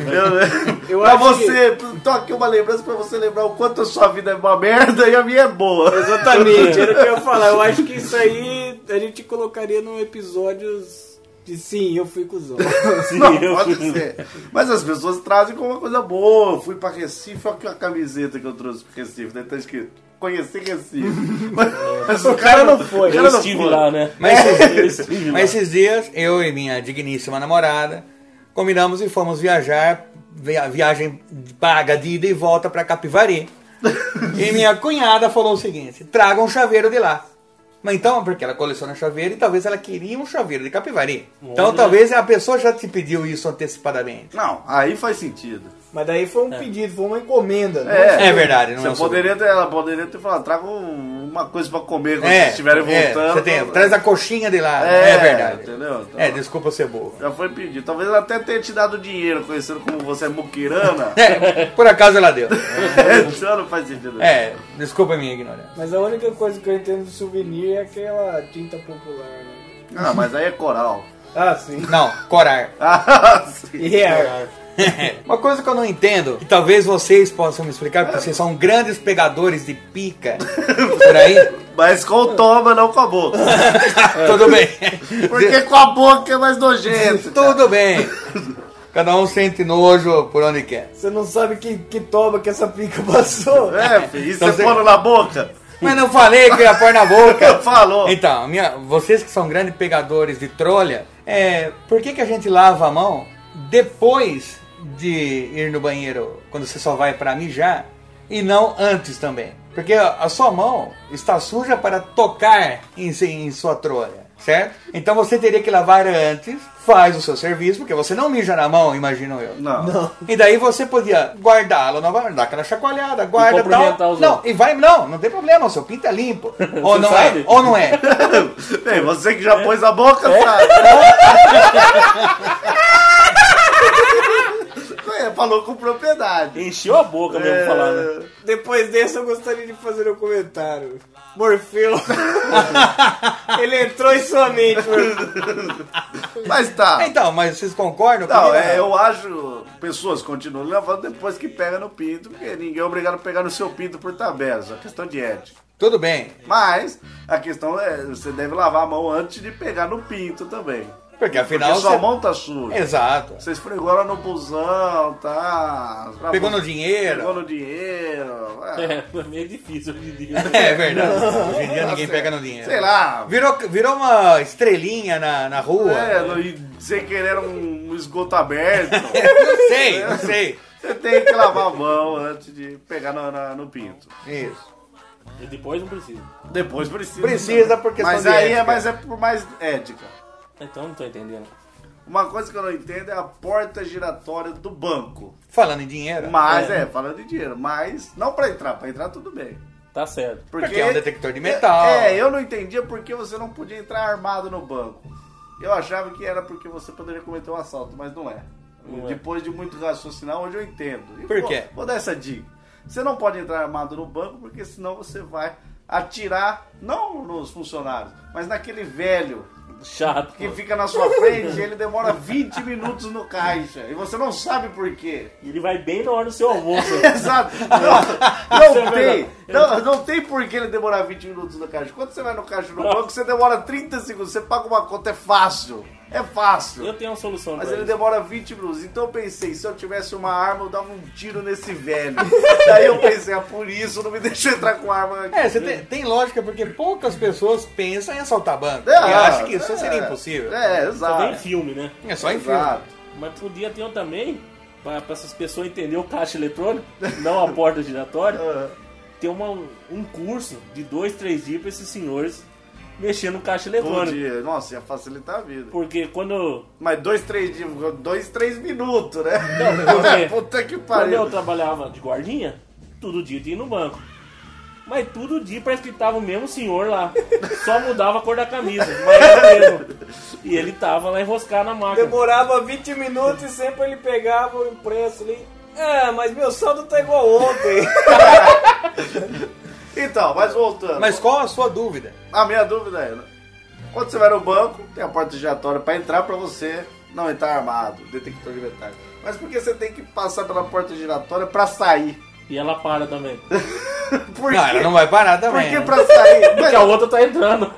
C: Eu,
D: Eu
C: pra
D: acho
C: você, tô aqui uma lembrança pra você lembrar o quanto a sua vida é uma merda e a minha é boa.
D: Exatamente, era o que eu ia falar. Eu acho que isso aí a gente colocaria num episódio de sim, eu fui cuzão.
F: Sim,
C: Não,
F: eu
C: pode
F: fui.
C: ser. Mas as pessoas trazem como uma coisa boa. Eu fui pra Recife, olha aqui uma camiseta que eu trouxe pro Recife, daí tá escrito. Conhecer Recife. Mas, mas o cara não foi. O
F: Eu
C: cara não
F: estive
C: foi.
F: lá, né?
E: Mas esses-
F: Eu estive lá.
E: Mas esses dias, eu e minha digníssima namorada combinamos e fomos viajar, via- viagem paga de ida e volta pra Capivari. e minha cunhada falou o seguinte: traga um chaveiro de lá. Mas então, porque ela coleciona chaveiro e talvez ela queria um chaveiro de capivari. Então
F: Olha.
E: talvez a pessoa já te pediu isso antecipadamente.
C: Não, aí faz sentido.
D: Mas daí foi um pedido, foi uma encomenda. né?
E: É verdade, não é um
C: Você poderia ter, ela poderia ter falado, traga um- uma coisa pra comer quando vocês estiverem
E: é,
C: voltando.
E: você tem, traz a coxinha de lá. É, verdade.
C: Entendeu? Então,
E: É, desculpa ser bobo.
C: Já foi pedido. Talvez ela até tenha te dado dinheiro, conhecendo como você é muquirana.
E: É, por acaso ela deu.
C: Isso não faz sentido.
E: É, desculpa a minha ignorância.
D: Mas a única coisa que eu entendo de souvenir é aquela tinta popular, né?
C: Ah, mas aí é coral.
D: Ah, sim.
E: Não, corar.
C: Ah, sim.
D: E é.
E: Uma coisa que eu não entendo, que talvez vocês possam me explicar, porque vocês são grandes pegadores de pica por aí.
C: Mas com o toma, não com a boca. É.
E: Tudo bem.
C: Porque com a boca é mais nojento. cara.
E: Tudo bem. Cada um sente nojo por onde quer.
D: Você não sabe que, que toba que essa pica passou.
C: É, filho. E
E: Então
C: você
E: você-
C: pôr na boca?
E: Mas não falei que ia pôr na boca.
C: Falou.
E: Então, minha, vocês que são grandes pegadores de trolha, é, por que, que a gente lava a mão depois de ir no banheiro, quando você só vai pra mijar, e não antes também? Porque a a sua mão está suja para tocar em, si- em sua trolha, certo? Então você teria que lavar antes, faz o seu serviço, porque você não mija na mão, imagino eu.
C: Não.
E: E daí você podia guardá-la novamente, dar aquela chacoalhada, guarda e
F: cumprimentar
E: tal.
F: os
E: Não,
F: outros.
E: e vai, não, não tem problema, o seu pinto é limpo. Ou não é,
F: sabe?
E: ou não é.
C: Bem, você que já pôs a boca, sabe? É, falou com propriedade.
F: Encheu a boca mesmo
C: É.
F: falar, né?
D: Depois desse, eu gostaria de fazer um comentário. Morfeu. Ele entrou em sua mente, Morfeu.
C: Mas tá.
E: Então, mas vocês concordam
C: Não,
E: comigo?
C: é, eu acho. Pessoas continuam levando depois que pega no pinto, porque ninguém é obrigado a pegar no seu pinto por tabela. Isso é questão de ética.
E: Tudo bem,
C: Mas a questão é, você deve lavar a mão antes de pegar no pinto também.
E: porque afinal...
C: porque sua
E: você- É,
C: mão tá suja.
E: Exato.
C: Você esfregou ela no busão, tá?
E: Pegou no dinheiro.
C: Pegou no dinheiro. ah,
F: É, é meio difícil hoje em dia.
E: É verdade, hoje em dia
C: tá
E: ninguém
C: certo.
E: pega no dinheiro.
C: Sei lá.
E: Virou, virou uma estrelinha na, na rua.
C: É, no- e sem querer um, um esgoto aberto.
E: Não sei, não sei.
C: você tem que lavar a mão antes de pegar na- na- no pinto.
E: Isso.
F: E depois não precisa.
C: Depois precisa.
E: Precisa por questão
C: Mas
E: de
C: aí é
E: ética.
C: mais, é por mais ética.
F: Então não tô entendendo.
C: Uma coisa que eu não entendo é a porta giratória do banco.
E: Falando em dinheiro,
C: Mas, é, falando de dinheiro, mas não pra entrar, pra entrar tudo bem.
F: Tá certo.
E: Porque é um detector de metal.
C: É, eu não entendia porque você não podia entrar armado no banco. Eu achava que era porque você poderia cometer um assalto, mas não é.
F: Não é.
C: Depois de muito raciocinar, hoje eu entendo. E
E: Por
C: vou-
E: quê?
C: Vou dar essa dica. Você não pode entrar armado no banco porque senão você vai atirar, não nos funcionários, mas naquele velho
F: Chato.
C: que fica na sua frente e ele demora 20 minutos no caixa. E você não sabe por quê.
F: Ele vai bem na hora do seu almoço.
C: Exato. Não,
F: Isso
C: não tem.
F: é verdade.
C: Não, não tem por que ele demorar 20 minutos no caixa. Quando você vai no caixa no banco, você demora 30 segundos. Você paga uma conta, é fácil. É fácil.
F: Eu tenho uma solução
C: Mas
F: pra
C: ele
F: isso.
C: demora 20 minutos. Então eu pensei, se eu tivesse uma arma, eu dava um tiro nesse velho. Daí eu pensei, ah, por isso não me deixa entrar com arma aqui.
E: É, você tem, tem lógica, porque poucas pessoas pensam em assaltar banco.
C: É,
E: eu acho que isso
C: é,
E: seria impossível.
C: É,
F: Só vem
C: exato.
F: filme, né?
E: É só em filme.
C: Exato.
F: Mas podia ter um também, pra, pra essas pessoas entenderem o caixa eletrônico, não a porta giratória, ter uma, um curso de dois, três dias pra esses senhores mexer no caixa eletrônico.
C: Podia. Um Nossa, ia facilitar a vida.
F: Porque quando,
C: Mas dois, três dias, dois, três minutos, né?
F: Não, por quê?
C: Puta que
F: quando eu
C: pariu.
F: trabalhava de guardinha, todo dia tinha ir no banco. Mas todo dia parece que tava o mesmo senhor lá. Só mudava a cor da camisa, mas era o mesmo. E ele tava lá enroscado na máquina.
D: Demorava 20 minutos e sempre ele pegava o impresso ali. Ah, mas meu saldo tá igual ontem.
C: Então, mas voltando.
E: Mas qual a sua dúvida?
C: A minha dúvida é, quando você vai no banco, tem a porta giratória pra entrar pra você não entrar armado, detector de metais. Mas por que você tem que passar pela porta giratória pra sair?
F: E ela para também.
C: Por
E: Não,
C: quê?
E: ela não vai parar
C: por
E: também.
C: que
E: né?
C: pra sair?
F: Porque a
C: Mas,
F: outra tá entrando.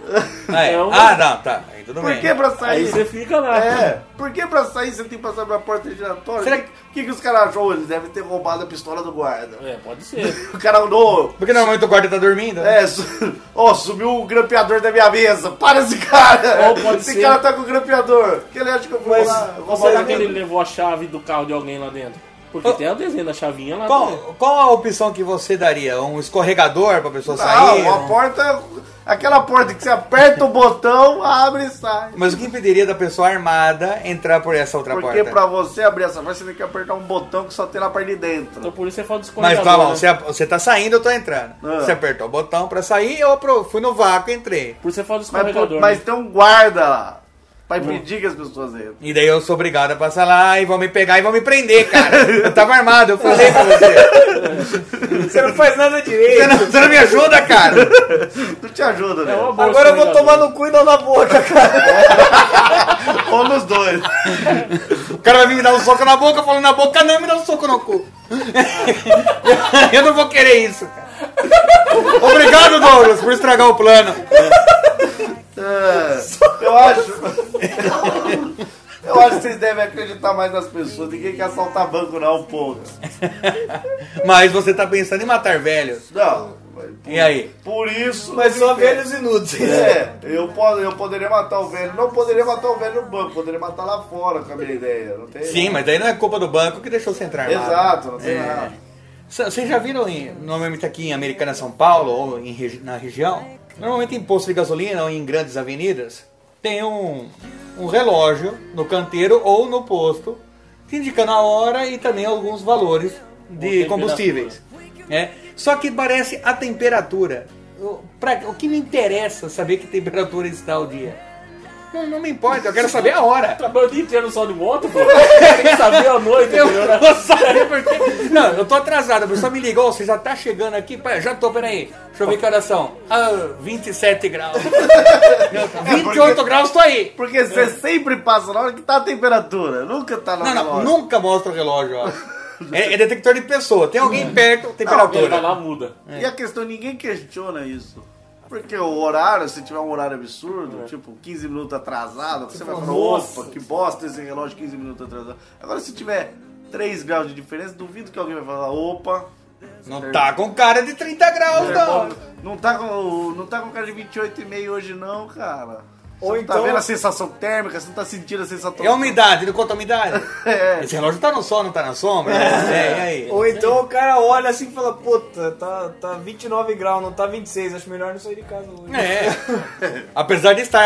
E: Ah, é.
F: É uma-
E: Ah, não, tá. Aí tudo
C: por
E: bem.
C: que pra sair?
F: Aí você fica lá.
C: É, por que pra sair você tem que passar pela porta giratória?
E: Será
C: que... O que, que os caras achou? Eles devem ter roubado a pistola do guarda.
F: É, pode ser.
C: O cara andou.
E: Porque normalmente o guarda tá dormindo. né?
C: É, su- ó, sumiu o grampeador da minha mesa. Para esse cara!
F: Ou pode
C: esse
F: ser-
C: cara tá com o grampeador. Que ele acha que eu vou
D: Mas
C: lá.
F: Ou será
C: roubar
F: que
C: o
F: ele levou a chave do carro de alguém lá dentro? Porque tem o desenho da chavinha lá. também.
E: Qual, qual a opção que você daria? Um escorregador pra pessoa
C: Não,
E: sair?
C: a Ah, porta. Aquela porta que você aperta o botão, abre e sai.
E: Mas o que impediria da pessoa armada entrar por essa outra
C: Porque
E: porta?
C: pra você abrir essa porta, você tem que apertar um botão que só tem na parte de dentro.
F: Então por isso você fala dos
E: Mas tá bom,
F: né?
E: você, você tá saindo, eu tô entrando.
C: Ah.
E: Você apertou o botão pra sair, eu apro- fui no vácuo e entrei.
F: Por isso você fala dos
C: Mas,
F: escorregador.
C: mas
F: né? Hum.
C: tem um guarda lá. Pra impedir que as pessoas entrem.
E: E daí eu sou obrigado a passar lá e vão me pegar e vão me prender, cara. Eu tava armado, eu falei pra você.
D: Você não faz nada
E: Você
D: direito.
E: não, você não me ajuda, cara.
C: Tu te ajuda, né?
F: É uma boa
D: Agora eu vou
F: escorregador.
D: tomar no cu e não na boca, cara.
C: Ou nos dois.
E: O cara vai vir me dar um soco na boca, falando na boca, não, me dá um soco no cu. eu não vou querer isso, cara. Obrigado, Douglas, por estragar o plano.
C: É. Eu acho. Eu acho que vocês devem acreditar mais nas pessoas. Ninguém quer assaltar banco, não, porra.
E: Mas você tá pensando em matar velhos.
C: Não. mas por-
E: E aí?
C: Por isso.
D: Mas só velhos inúteis.
C: É, eu, posso, eu poderia matar o velho. Não poderia matar o velho no banco, poderia matar lá fora com a minha ideia. Não tem
E: Sim, mas daí não é culpa do banco que deixou você entrar armado.
C: Exato, não tem
E: É.
C: nada.
E: S- Vocês já viram em, normalmente aqui em Americana, São Paulo, ou em regi- na região? Normalmente em posto de gasolina ou em grandes avenidas, tem um, um relógio no canteiro ou no posto, te indicando a hora e também alguns valores de
F: Ou temperatura.
E: combustíveis. É. Só que parece a temperatura. O, pra- o que me interessa saber que temperatura está o dia? Não, não me importa, eu quero saber a hora.
F: Trabalhou o dia inteiro só de moto, pô. Tem que saber a noite,
E: Eu
F: entendeu, né?
E: não sabia por quê. Não, eu tô atrasado. A pessoa me ligou, você já tá chegando aqui? Pai, já tô, peraí. Deixa eu ver que horas são. Ah, 27 graus. Não, tá. 28 graus, tô aí.
C: Porque você sempre passa na hora que tá a temperatura, nunca tá na
E: É. Não, não,
C: hora.
E: nunca mostra o relógio, ó. É, é detector de pessoa. Tem alguém perto,
F: Ele vai
E: temperatura.
F: lá, muda.
C: E a questão, ninguém questiona isso. Porque o horário, se tiver um horário
E: É.
C: absurdo, tipo 15 minutos atrasado, você vai falar,
F: nossa.
C: opa, que bosta esse relógio 15 minutos atrasado. Agora, se tiver 3 graus de diferença, duvido que alguém vai falar, opa,
E: Não tá com cara de 30 graus, não.
C: não tá com, não tá com cara de 28,5 hoje não, cara. Você
D: Ou
C: não tá
D: então-
C: vendo a sensação térmica, você não tá sentindo a sensação
E: É a umidade, não conta a umidade.
C: É.
E: Esse relógio tá no sol, não tá na sombra? É, e aí?
D: Ou então o cara olha assim e fala, puta, tá, tá 29 graus, não tá 26, acho melhor não sair de casa hoje.
E: É. Apesar de estar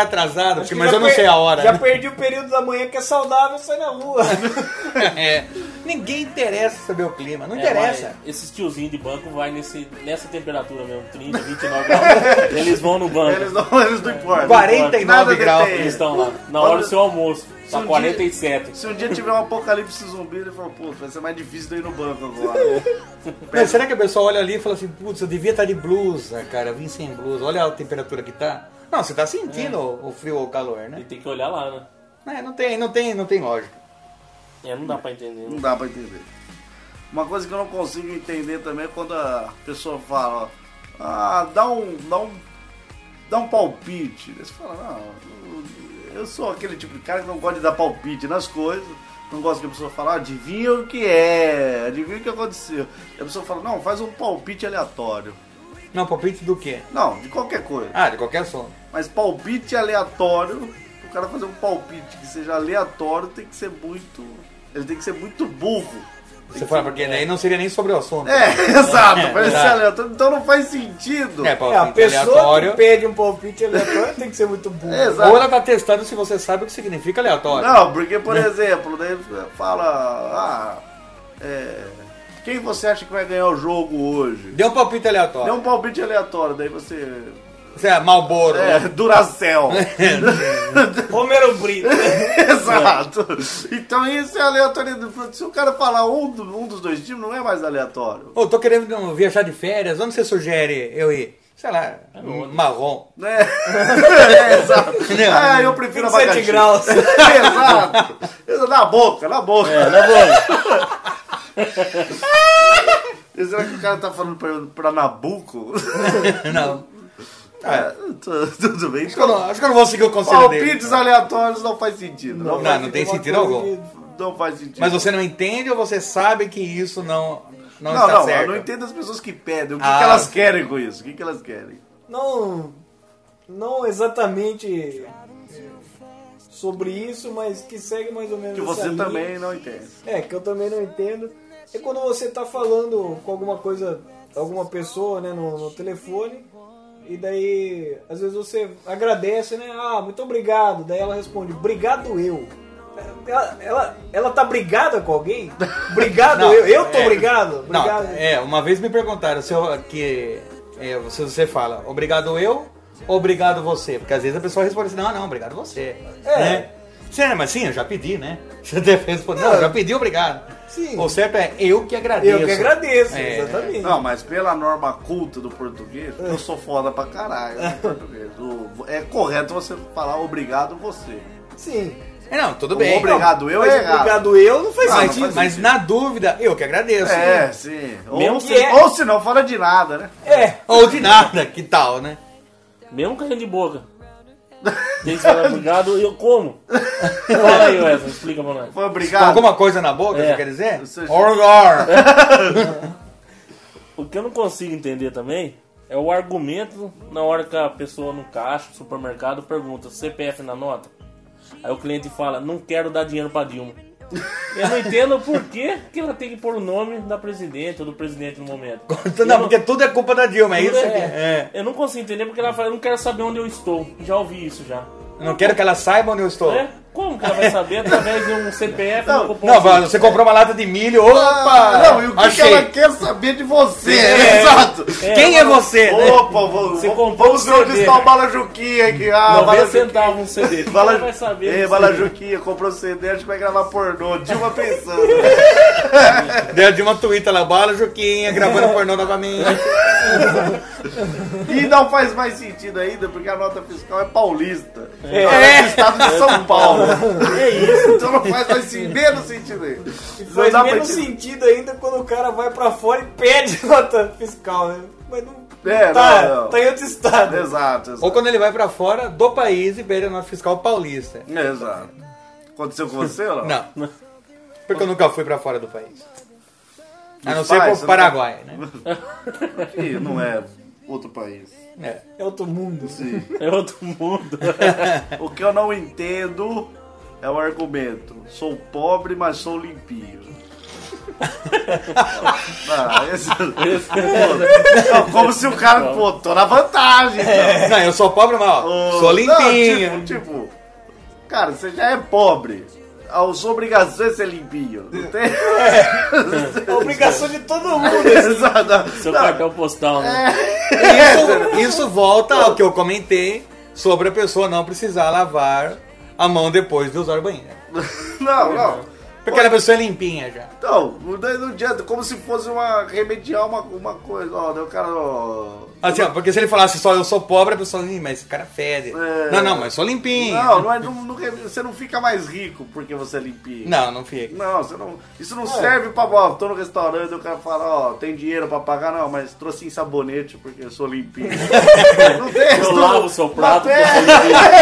D: Acho
E: atrasado,
D: que
E: porque, mas
D: já
E: eu não
D: per-
E: sei a hora.
D: Já
E: né?
D: perdi o período da manhã que é saudável, sai na rua.
E: É. Ninguém interessa saber o clima, não
F: É,
E: interessa.
F: mas Esses tiozinhos de banco vai nesse, nessa temperatura mesmo, 30, 29 graus. eles vão no banco.
C: é, Eles não, eles não importam.
E: 49
C: Nada
E: graus.
C: detém.
F: Eles estão lá. Na hora do seu almoço.
C: Se um
F: Tá
C: dia-
F: 47.
C: Se um dia tiver um apocalipse zumbi, ele fala, pô, vai ser mais difícil de eu ir no banco agora.
E: Não, será que a pessoa olha ali e fala assim, putz, eu devia estar de blusa, cara, eu vim sem blusa, olha a temperatura que tá. Não, você tá sentindo o- o frio ou o calor,
F: E
E: né?
F: tem que olhar lá, né?
E: É, não tem, não tem, não tem lógica.
F: É, não dá pra entender.
C: Não dá pra entender. Uma coisa que eu não consigo entender também é quando a pessoa fala, ó, ah, dá um. dá um. dá um palpite. Aí Você fala, não, eu sou aquele tipo de cara que não gosta de dar palpite nas coisas. Não gosta que a pessoa fala, ah, adivinha o que é, adivinha o que aconteceu. E a pessoa fala, não, faz um palpite aleatório.
E: Não, palpite do quê?
C: Não, de qualquer coisa.
E: Ah, de qualquer som.
C: Mas palpite aleatório, o cara fazer um palpite que seja aleatório tem que ser muito. Ele tem que ser muito burro.
E: Você fala, porque daí é, não seria nem sobre o assunto.
C: É, exato,
E: É,
C: parece ser
E: exato.
C: aleatório. Então não faz sentido.
E: É,
D: É, a
E: palpite
D: pessoa
E: aleatório.
D: que pede um palpite aleatório tem que ser muito burro.
C: É,
E: Ou ela tá testando se você sabe o que significa aleatório.
C: Não, porque, por exemplo, daí fala. Ah, é, quem você acha que vai ganhar o jogo hoje?
E: Deu um palpite
C: Deu
E: aleatório.
C: um palpite aleatório, daí você.
E: Você é Malboro.
C: É, Duracel.
D: Romero Brito.
C: Exato. Então isso é aleatoriedade. Se o cara falar um, do- um dos dois times, não é mais aleatório.
E: Ô, tô querendo viajar de férias, onde você sugere eu ir? Sei lá, marrom.
C: Né? É, exato.
E: Não.
C: Ah, eu prefiro
D: 27
C: abacaxi.
D: graus.
C: Exato. Na boca, na boca.
E: É,
F: Tá bom.
C: Será que o cara tá falando pra, pra Nabuco?
E: Não.
C: É, tu- tudo bem.
E: Acho que, eu não, acho que eu não vou seguir o conselho dele.
C: Palpites aleatórios não faz sentido. Não,
E: Não,
C: faz,
E: não tem
D: Uma
E: sentido
D: coisa
E: algum.
D: que-
C: não faz sentido.
E: Mas você não entende ou você sabe que isso não, não,
C: não,
E: está
C: não, eu
E: certo?
C: não entendo as pessoas que pedem. O que,
E: Ah.
C: que elas querem com isso? O que, que elas querem?
D: Não, não exatamente é, sobre isso, mas que segue mais ou menos
C: Que
D: essa
C: você
D: linha.
C: também não entende.
D: É, que eu também não entendo. é quando você tá falando com alguma coisa, alguma pessoa, né, no, no telefone, e daí às vezes você agradece, né? Ah, muito obrigado. Daí ela responde, obrigado eu. Ela, ela, ela tá brigada com alguém? Obrigado
E: Não,
D: eu? Eu tô
E: é.
D: obrigado?
E: Não,
D: Obrigado.
E: é, uma vez me perguntaram se eu, que, é, se você fala obrigado eu ou obrigado você. Porque às vezes a pessoa responde assim, não, não, obrigado você.
D: É.
E: Né? Sim, mas sim, eu já pedi, né? Você deve responder, não, eu já pedi, obrigado.
D: Sim.
E: O certo é eu que agradeço.
D: Eu que agradeço,
E: É.
D: exatamente.
C: Não, mas pela norma culta do português, eu sou foda pra caralho no português. O- é correto você falar obrigado você.
D: Sim.
E: É, não, tudo
C: O
E: bem.
C: obrigado eu
D: Mas
C: é errado.
D: obrigado eu não faz
E: Mas,
C: Ah,
D: sentido.
C: não faz
E: mas
C: sentido.
E: na dúvida, eu que agradeço.
C: É, sim. Ou,
F: Mesmo
C: se,
D: que é-
C: ou se não, fala de nada, né?
D: É,
E: Ou de nada, que tal, né?
F: Mesmo caindo de boca. Tem que falar obrigado eu como? Fala aí, Wesley, explica pra nós.
C: Foi
E: Com
C: obrigado.
E: alguma coisa na boca,
F: É.
E: você quer dizer?
C: Você-
E: Orgar.
F: O que eu não consigo entender também é o argumento na hora que a pessoa no caixa, supermercado, pergunta CPF na nota. Aí o cliente fala, não quero dar dinheiro pra Dilma. Eu não entendo por que, que ela tem que pôr o nome da presidente ou do presidente no momento.
E: Não, porque tudo é culpa da Dilma, é isso?
F: Tudo
E: aqui. É.
F: Eu não consigo entender porque ela fala, eu não quero saber onde eu estou. Já ouvi isso já.
E: Eu não quero que ela saiba onde eu estou.
F: É? Como que ela vai saber através de um CPF e um
E: Não,
F: cupomzinho?
E: você comprou uma lata de milho, opa!
C: Ah, não, e o que, que
E: achei.
C: ela quer saber de você?
E: É.
C: Exato.
E: Quem é você? né?
C: Opa, vamos,
F: Você
C: vamos,
F: comprou
C: vamos
F: um
C: ver onde
F: CD.
C: está o Bala Juquinha aqui. Ah,
F: 90
C: Bala Juquinha.
F: centavos um CD. Como
C: Bala,
F: ela vai saber?
C: Ei,
F: disso?
C: Bala Juquinha, comprou CD, acho que vai gravar pornô. Dilma pensando.
E: Deu de uma tuita lá, bala, Juquinha, gravando pornô novamente.
C: e não faz mais sentido ainda, porque a nota fiscal é paulista. É,
E: É.
C: do estado de São Paulo. É isso. Então não faz mais sentido, menos sentido ainda.
D: faz
C: Não dá pra
D: menos
C: entender.
D: sentido ainda quando o cara vai pra fora e pede nota fiscal, né? Mas não.
C: É,
D: tá,
C: não, não.
D: tá em outro estado.
C: Exato, exato.
E: Ou quando ele vai pra fora do país e perde a nota fiscal paulista.
C: Exato. Aconteceu com você ou não?
E: Não. Porque eu nunca fui pra fora do país. A não
C: Dos
E: ser
C: pais,
E: pro
C: você
E: Paraguai, né?
C: Ih, não é outro país.
E: É.
D: É outro mundo.
C: Sim.
F: É outro mundo. É
C: O que eu não entendo é o argumento. Sou pobre, mas sou limpinho. Ah, esse- Não, como se o cara, pô, tô na vantagem. então.
E: Não, eu sou pobre, mas ó,
C: Ô,
E: É. sou
C: não,
E: limpinho.
C: tipo, tipo, cara, você já é pobre. A sua obrigação é ser limpinho. Não tem?
D: É obrigação de todo mundo.
C: Exato.
F: Seu
C: Não,
F: cartão postal, né?
E: Isso, isso volta ao que eu comentei sobre a pessoa não precisar lavar a mão depois de usar o banheiro.
C: não, não.
E: Porque a pessoa é limpinha já.
C: Então, daí não adianta, como se fosse uma remediar uma, uma coisa. Ó, daí o cara. ó,
E: Assim, ó, porque se ele falasse só eu sou pobre, a pessoa, "Ih, mas esse cara fede.
C: É.
E: Não, não, mas sou limpinho.
C: Não, não é, não, não reme- você não fica mais rico porque você é limpinho.
E: Não, não fica.
C: Não, você não. Isso não serve pra. Ó, tô no restaurante, o cara fala, ó, tem dinheiro pra pagar, não, mas trouxe em sabonete porque eu sou limpinho. não tem,
F: Eu
C: isso não-
F: lavo o seu prato.
C: Até-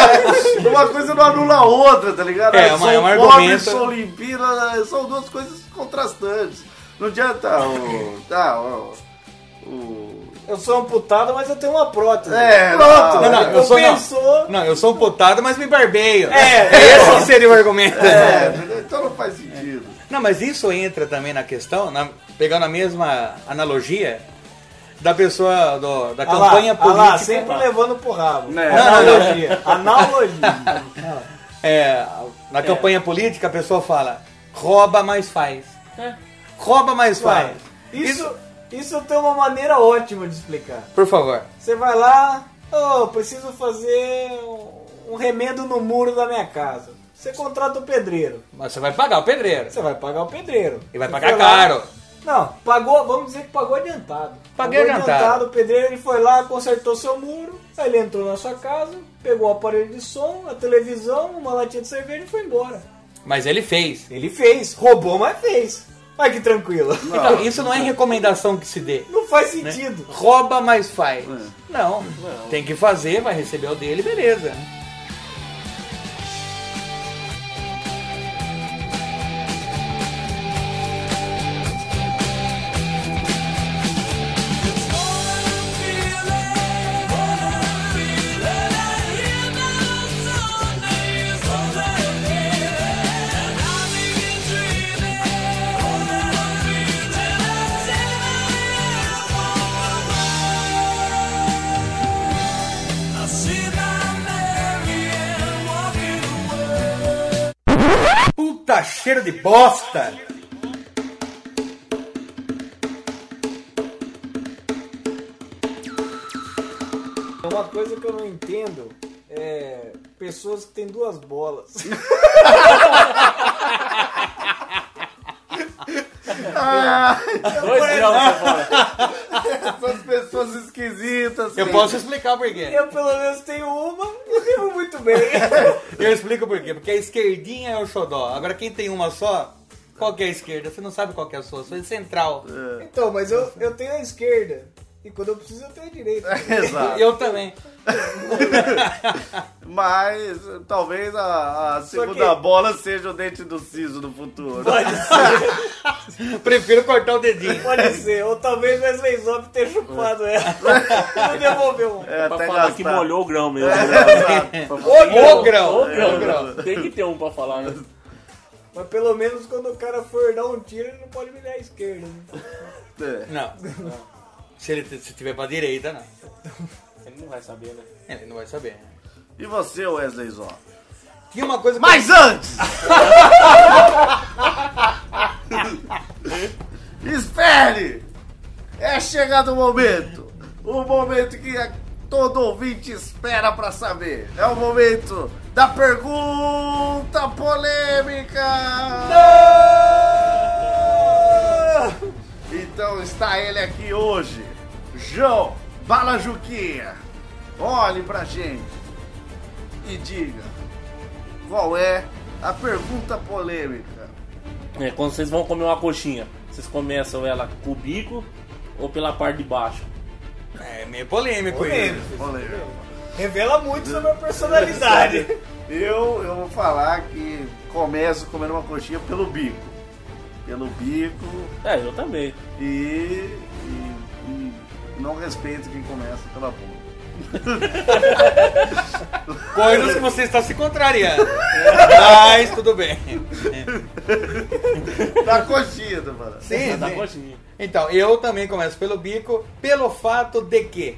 C: uma coisa não anula a outra, tá ligado?
E: É,
C: Eu
E: é um- é um
C: pobre,
E: argumento.
C: sou limpinho, são duas coisas contrastantes. Não adianta o. Tá, o. o-
D: Eu sou amputado, mas eu tenho uma prótese.
C: É,
D: pronto.
E: Não, não, eu sou
D: Compensou.
E: não. Não, eu sou um potado, mas me barbeio.
D: É.
E: esse seria o argumento.
C: É, entendeu? então não faz sentido.
E: Não, mas isso entra também na questão, na- pegando a mesma analogia da pessoa do- da
D: Ah lá,
E: É campanha
D: ah lá,
E: política.
D: sempre levando pro rabo.
C: Né?
D: Analogia. Analogia.
E: É, na campanha política a pessoa fala, rouba mais faz. Rouba mais
D: Vai.
E: faz.
D: Isso, isso eu tenho uma maneira ótima de explicar.
E: Por favor.
D: Você vai lá, ô, preciso fazer um, um remendo no muro da minha casa. Você contrata o pedreiro.
E: Mas você vai pagar o pedreiro.
D: Você vai pagar o pedreiro.
E: E vai
D: Você
E: pagar
D: foi lá-
E: caro.
D: Não, pagou, vamos dizer que pagou adiantado.
E: Paguei
D: Pagou
E: adiantado.
D: O pedreiro ele foi lá, consertou seu muro, aí ele entrou na sua casa, pegou o aparelho de som, a televisão, uma latinha de cerveja e foi embora.
E: Mas ele fez.
D: Ele fez, roubou, mas fez. Olha que tranquilo.
E: Então, isso não é recomendação que se dê.
D: Não faz
E: Né?
D: sentido.
E: Rouba, mas faz. Não, Tem que fazer, vai receber o dele, beleza. Puta cheiro de bosta!
D: Uma coisa que eu não entendo é pessoas que têm duas bolas.
F: Dois graus você fala.
C: Essas pessoas esquisitas.
E: Eu
C: cara.
E: posso explicar por quê.
D: Eu pelo menos tenho uma e vivo muito bem.
E: Eu explico por quê. Porque a esquerdinha é o xodó. Agora quem tem uma só, qual que é a esquerda? Você não sabe qual que é a sua, a sua é central.
D: Então, mas eu, eu tenho a esquerda. E quando eu preciso, eu tenho a direita.
C: Exato.
E: Eu também.
C: Mas talvez a, a
D: Só que-
C: segunda bola seja o dente do siso no futuro. É,
E: Prefiro cortar o dedinho.
D: Pode ser. Ou talvez Wesley Zop tenha chupado ela. Não devolveu um. uma.
C: É,
F: Pra
E: Tá
C: até
F: falar
C: gastar.
F: que molhou o grão mesmo.
C: Exato.
E: Ô É. grão!
F: Ô, grão, grão. Tem que ter um pra falar, né?
D: Mas pelo menos quando o cara for dar um tiro, ele não pode mirar a esquerda. né?
C: É.
E: Não. Se ele t- se tiver pra direita, não.
F: Ele não vai saber, né?
E: Ele não vai saber.
C: E você, Wesley Zó?
E: Tinha uma coisa que
C: Mas antes! Espere! É chegado o momento! O momento que a- todo ouvinte espera pra saber. É o momento da pergunta polêmica! Então está ele aqui hoje, João Balajuquinha. Olhe pra gente e diga qual é a pergunta polêmica.
F: É, quando vocês vão comer uma coxinha, vocês começam ela com o bico ou pela parte de baixo?
E: É meio polêmico isso.
C: Polêmica.
D: Revela muito sobre a personalidade.
C: Eu, eu vou falar que começo comendo uma coxinha pelo bico. Pelo bico
F: É, eu também.
C: e, e- e não respeito quem começa pela boca.
E: Coisas que você está se contrariando. Mas tudo bem.
C: Da coxinha, tá falando?
E: Sim,
F: Mas dá
E: sim.
F: coxinha.
E: Então, eu também começo pelo bico, pelo fato de que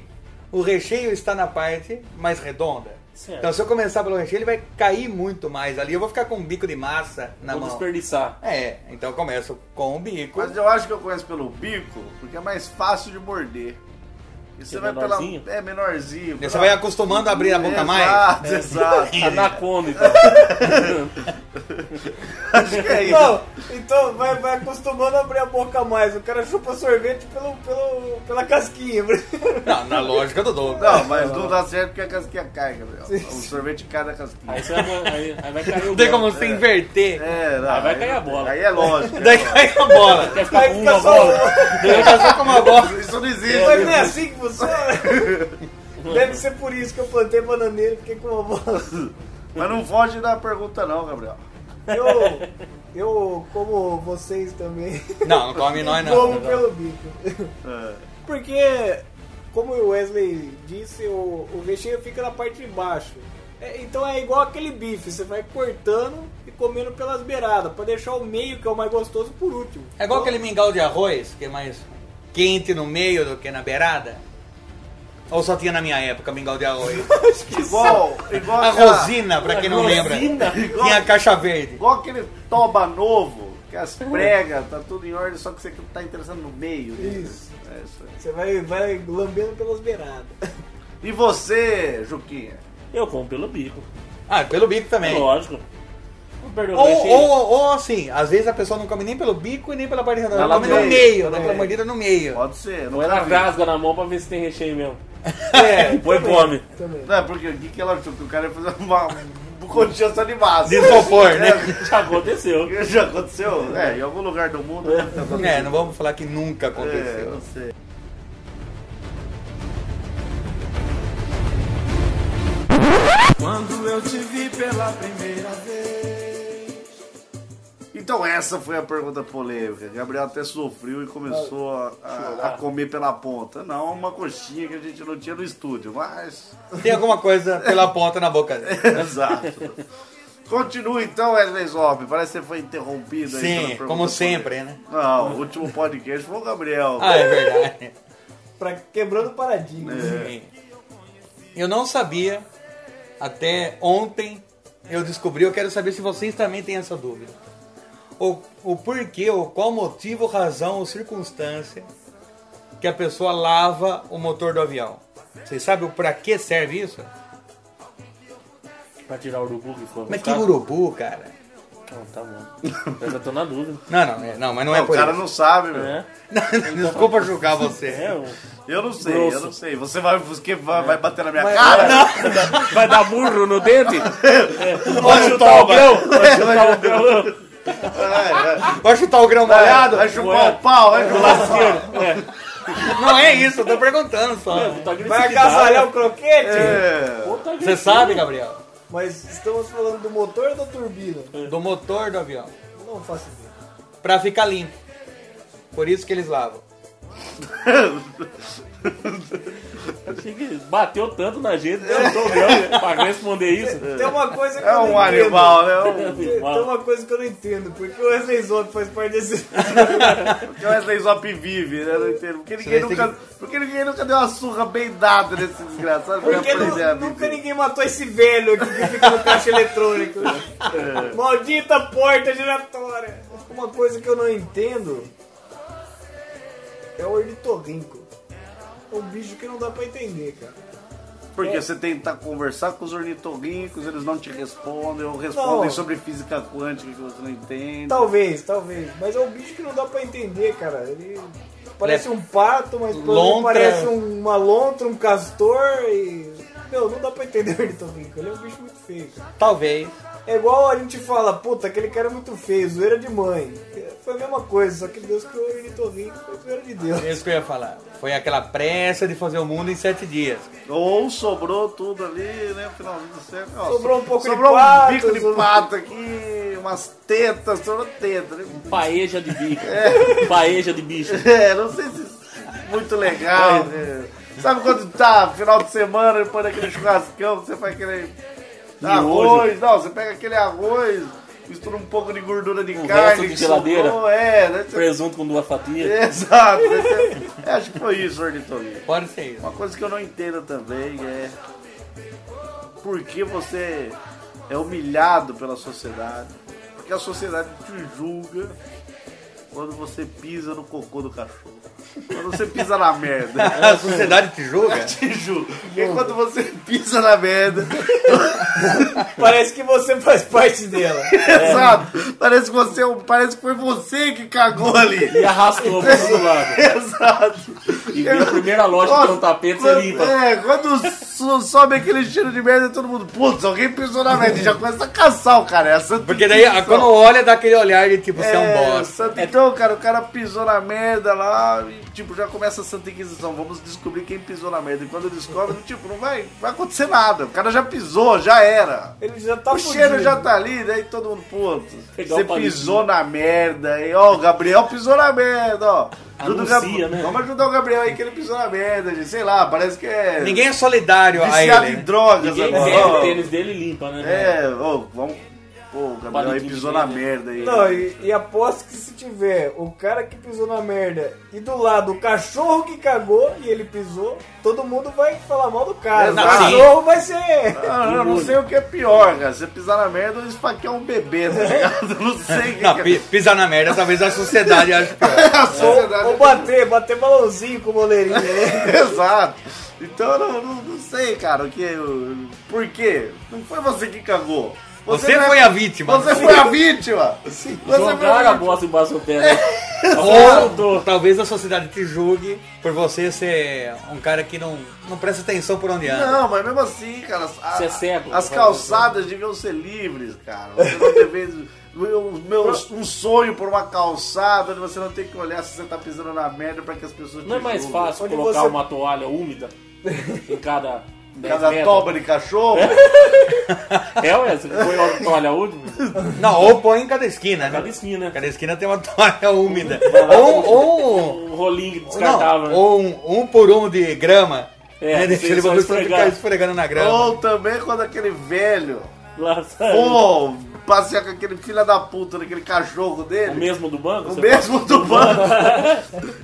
E: o recheio está na parte mais redonda.
F: Certo.
E: Então, se eu começar pelo recheio, ele vai cair muito mais ali. Eu vou ficar com um bico de massa na
F: Vou
E: mão.
F: desperdiçar.
E: É, então eu começo com o bico.
C: Mas eu acho que eu começo pelo bico porque é mais fácil de morder. E você
F: É
C: vai
F: menorzinho?
C: pela. É menorzinho.
E: Você vai acostumando a abrir a boca mais. É.
C: Exato, exato.
F: Anaconda, então.
C: Acho que é isso.
D: Não, então vai, vai acostumando a abrir a boca mais. O cara chupa sorvete pelo, pelo, pela casquinha.
E: Não, na lógica do Douglas.
C: Não, mas não dá certo porque a casquinha cai, Gabriel.
D: Sim,
C: O sorvete cai da casquinha.
F: Aí, você vai, aí, aí vai cair o
E: Não tem
F: grão.
E: como você inverter.
C: É, não,
F: Aí vai
C: aí-
F: cair a bola.
C: Aí é lógico.
E: Daí cai a bola.
F: Quer ficar
D: Vai
F: com
D: ficar
F: uma
D: só
F: bola?
D: um.
E: Eu já sou com uma bola.
C: Isso não existe.
D: Mas
E: né?
D: não é assim que funciona? Deve ser por isso que eu plantei bananeira e fiquei com uma bola.
C: Mas não foge da pergunta não, Gabriel.
D: Eu, eu como vocês também,
E: Não, não come nós
D: como
E: não.
D: pelo bico.
C: É.
D: Porque, como o Wesley disse, o, o recheio fica na parte de baixo. É, então é igual aquele bife, você vai cortando e comendo pelas beiradas, pra deixar o meio, que é o mais gostoso, por último. Então,
E: É igual aquele mingau de arroz, que é mais quente no meio do que na beirada. Ou só tinha na minha época mingau de arroz?
C: Igual, igual,
E: A
C: aquela-
E: rosina, pra quem não lembra.
F: Rosina?
E: Tinha a caixa verde.
C: igual aquele toba novo, que as pregas, tá tudo em ordem, só que você tá interessando no meio. dele.
D: Isso.
C: É isso aí.
D: Você vai, vai lambendo pelas beiradas.
C: E você, Juquinha?
F: Eu como pelo bico.
E: Ah, pelo bico também. Ou,
F: Lógico. Não perdeu o
E: ou,
F: recheio.
E: ou assim, às vezes a pessoa não come nem pelo bico e nem pela parte redonda.
C: Ela
E: Ela come no
C: tem-
E: meio,
C: ela
E: dá aquela
C: tem.
E: mordida no meio.
C: Pode ser.
F: Ou
C: Não
F: ela
C: era
F: rasga na mão pra ver se tem recheio mesmo.
D: É,
F: Depois
D: também,
F: come.
D: Também.
C: Não, é porque o que, que ela achou? Que o cara ia fazer uma coxinha só de massa.
E: De isopor, né?
F: Já aconteceu.
C: É, Já aconteceu? É, em algum lugar do mundo. né? Tá acontecendo.
E: É, não vamos falar que nunca
C: É,
E: aconteceu.
C: não sei.
I: Quando eu te vi pela primeira vez.
C: Então essa foi a pergunta polêmica. Gabriel até sofreu e começou a, a- a comer pela ponta. Não, uma coxinha que a gente não tinha no estúdio, mas.
E: Tem alguma coisa pela ponta na boca dele.
C: Exato. Continua então, Wesley Zop. Parece que você foi interrompido aí. pela
E: Sim,
C: pergunta
E: como
C: polêmica.
E: sempre, né?
C: Não, o último podcast foi o Gabriel.
E: Ah, é verdade.
D: Pra, quebrando paradigmas.
E: Sim. Eu não sabia, até ontem eu descobri, eu quero saber se vocês também têm essa dúvida. o, o porquê, ou qual motivo, razão ou circunstância que a pessoa lava o motor do avião. Vocês sabem o pra que serve isso?
F: Pra tirar o urubu que foi
E: Mas que
F: buscar?
E: urubu, cara.
F: Não, tá bom. Mas eu tô na dúvida.
E: Não, não, é- não mas não, é
C: Não, o
E: por
C: cara
E: isso.
C: não sabe, meu.
F: É,
E: Não, Desculpa julgar
F: é
E: você.
F: o-
C: Eu não sei, eu
F: Grosso.
C: não sei. Você vai, você vai, vai bater na minha cara?
D: é
C: Não,
F: Vai dar burro no dente? É. Vai chutar
C: toma.
F: o grão? Vai chutar o grão?
E: Vai chutar o grão molhado?
C: tá vai
D: é.
C: chupar o pau, vai
F: Do
C: chupar.
F: lado esquerdo? É. Tá
E: Não é isso, eu tô perguntando só.
F: Puta agressividade.
D: Vai agasalhar o croquete?
C: É.
F: Puta
E: Você
F: agressividade.
E: sabe, Gabriel,
D: Mas estamos falando do motor ou da turbina?
E: do motor do avião.
D: Não faço ideia.
E: Pra ficar limpo. Por isso que eles lavam.
F: Achei que Bateu tanto na gente, deu um tom grão pra responder isso.
D: Tem uma coisa que
C: É
D: eu não
C: um
D: entendo.
C: animal, né?
D: Tem tem uma coisa que eu não entendo, porque o Wesley Zop faz parte desse.
C: É, O que o Wesley Zop vive, né? Não entendo. Porque ninguém,
E: Você vai
C: nunca, porque ninguém nunca deu uma surra bem dada nesse desgraçado. pra
D: Porque
C: aprender
D: nu-
C: é a
D: nunca
C: viver.
D: ninguém matou esse velho aqui que fica no caixa eletrônico.
C: É.
D: Maldita porta giratória. Uma coisa que eu não entendo é o ornitorrinco. É um bicho que não dá pra entender, cara.
C: Porque você tentar conversar com os ornitorrincos, eles não te respondem, ou respondem
D: Não. Então-
C: sobre física quântica que você não entende.
D: Talvez, talvez. Mas é um bicho que não dá pra entender, cara. Ele parece um pato, mas por
E: Lontra.
D: mim parece um- uma lontra, um castor e. Meu, não dá pra entender o ornitorrinco. Ele é um bicho muito feio, cara.
E: Talvez.
D: É igual a gente fala, puta, aquele cara é muito feio, zoeira de mãe. Foi a mesma coisa, só que Deus criou o ornitorrinco, foi zoeira de Deus.
E: É isso que eu ia falar. Foi aquela pressa de fazer o mundo em sete dias.
C: Ou sobrou tudo ali, né? Finalzinho do século. Ó,
D: Sobrou um pouco de
C: sobrou
D: pato,
C: um bico de
D: sobrou-
C: pato aqui, umas tetas, sobrou teta. né?
F: Paeja de bicho. Paeja de bicho.
C: É, não sei se é muito legal. né? Sabe quando tá final de semana, depois daquele churrascão, você faz aquele arroz, não, você pega aquele arroz, mistura um pouco de gordura de
F: O resto
C: carne.
F: de
C: que
F: geladeira.
C: sobrou, É, né? Você-
F: Presunto com duas fatias.
C: Exato. né? Você- É, acho que foi isso, ornitorrinco.
E: Pode ser isso.
C: Uma coisa que eu não entendo também é por que você é humilhado pela sociedade. Porque a sociedade te julga quando você pisa no cocô do cachorro. Quando você pisa na merda.
E: A sociedade te julga?
C: Te julga. Porque quando você pisa na merda,
D: Parece que você faz parte dela.
C: exato. Parece que, você, é um- parece que foi você que cagou ali.
F: E arrastou pro outro lado.
C: Exato.
F: E viu a primeira loja que tem um tapete, você
C: quando,
F: limpa.
C: É, quando so- sobe aquele cheiro de merda, todo mundo, putz, alguém pisou na merda, e já começa a caçar o cara. É a santa
E: Porque daí, a-
C: inquisição.
E: quando olha, dá aquele olhar de tipo, você é um
C: É,
E: bosta.
C: santa- Então, cara, o cara pisou na merda lá e, tipo, já começa a santa inquisição. Vamos descobrir quem pisou na merda. E quando descobre, tipo, não vai, não vai acontecer nada. O cara já pisou, já era.
D: Ele já tá
C: o cheiro
D: fudido.
C: já tá ali, daí todo mundo, putz,
F: Pegar
C: você
F: o palitinho.
C: pisou na merda, hein? Ó, o Gabriel pisou na merda, ó. Ajuda o Gab-
F: Anuncia, né?
C: Vamos ajudar o Gabriel aí que ele pisou na merda, gente. Sei lá, parece que é.
E: Ninguém é solidário a
C: Viciado
E: ele.
C: em drogas
F: Ninguém
C: agora.
F: serve o
C: ó.
F: tênis dele e limpa, né?
C: É, ô, vamos. Pô, o Gabriel aí
F: Palitinho
C: pisou
F: de
C: na merda
F: merda.
C: aí.
D: Não, e, e aposto que se tiver o cara que pisou na merda e do lado o cachorro que cagou e ele pisou, todo mundo vai falar mal do cara. O
E: Exato.
D: cachorro vai ser.
C: Ah, eu não sei o que é pior, cara. Você pisar na merda ou esfaquear um bebê, tá ligado? Eu não sei o que, é
E: Não,
C: que
E: pi- pisar na merda, talvez a sociedade ache pior.
C: é a sociedade.
D: Ou bater, bater balãozinho com o moleirinho. né?
C: Exato. Então eu não, não- não sei, cara, o que. o- Por quê? Não foi você que cagou.
E: Você
C: não é-
E: foi a vítima.
C: Você foi a vítima! Você foi
F: Jogaram
C: a
F: a bosta embaixo do pé, né?
E: Ou talvez a sociedade te julgue por você ser um cara que não, não presta atenção por onde anda.
C: Não, mas mesmo assim, cara, as,
F: Você é cego.
C: as calçadas deviam ser livres, cara. Você não deve. o meu, um sonho por uma calçada, onde você não tem que olhar se você tá pisando na merda pra que as pessoas
F: Não é
C: te
F: mais
C: julguem.
F: fácil
D: Onde
F: colocar
D: você-
F: uma toalha úmida em cada. dez
C: Cada
F: metros?
C: toba de cachorro,
F: É, ué, você põe uma toalha úmida
E: Não, ou põe em cada esquina,
F: em cada
E: né?
F: esquina, né?
E: Cada esquina tem uma toalha úmida.
F: lá,
E: Ou, ou,
F: Um rolinho
E: não,
F: descartável. né?
E: ou um, um por um de grama.
F: É,
E: né? Deixa
F: sem
E: ele
F: só
E: bagulho pra
F: esfregar.
E: ficar esfregando na grama.
C: ou também quando aquele velho,
F: Lá, sabe?
C: pô, passear com aquele filho da puta, daquele cachorro
F: O
C: dele.
F: mesmo do banco?
C: O
F: você
C: mesmo do banco.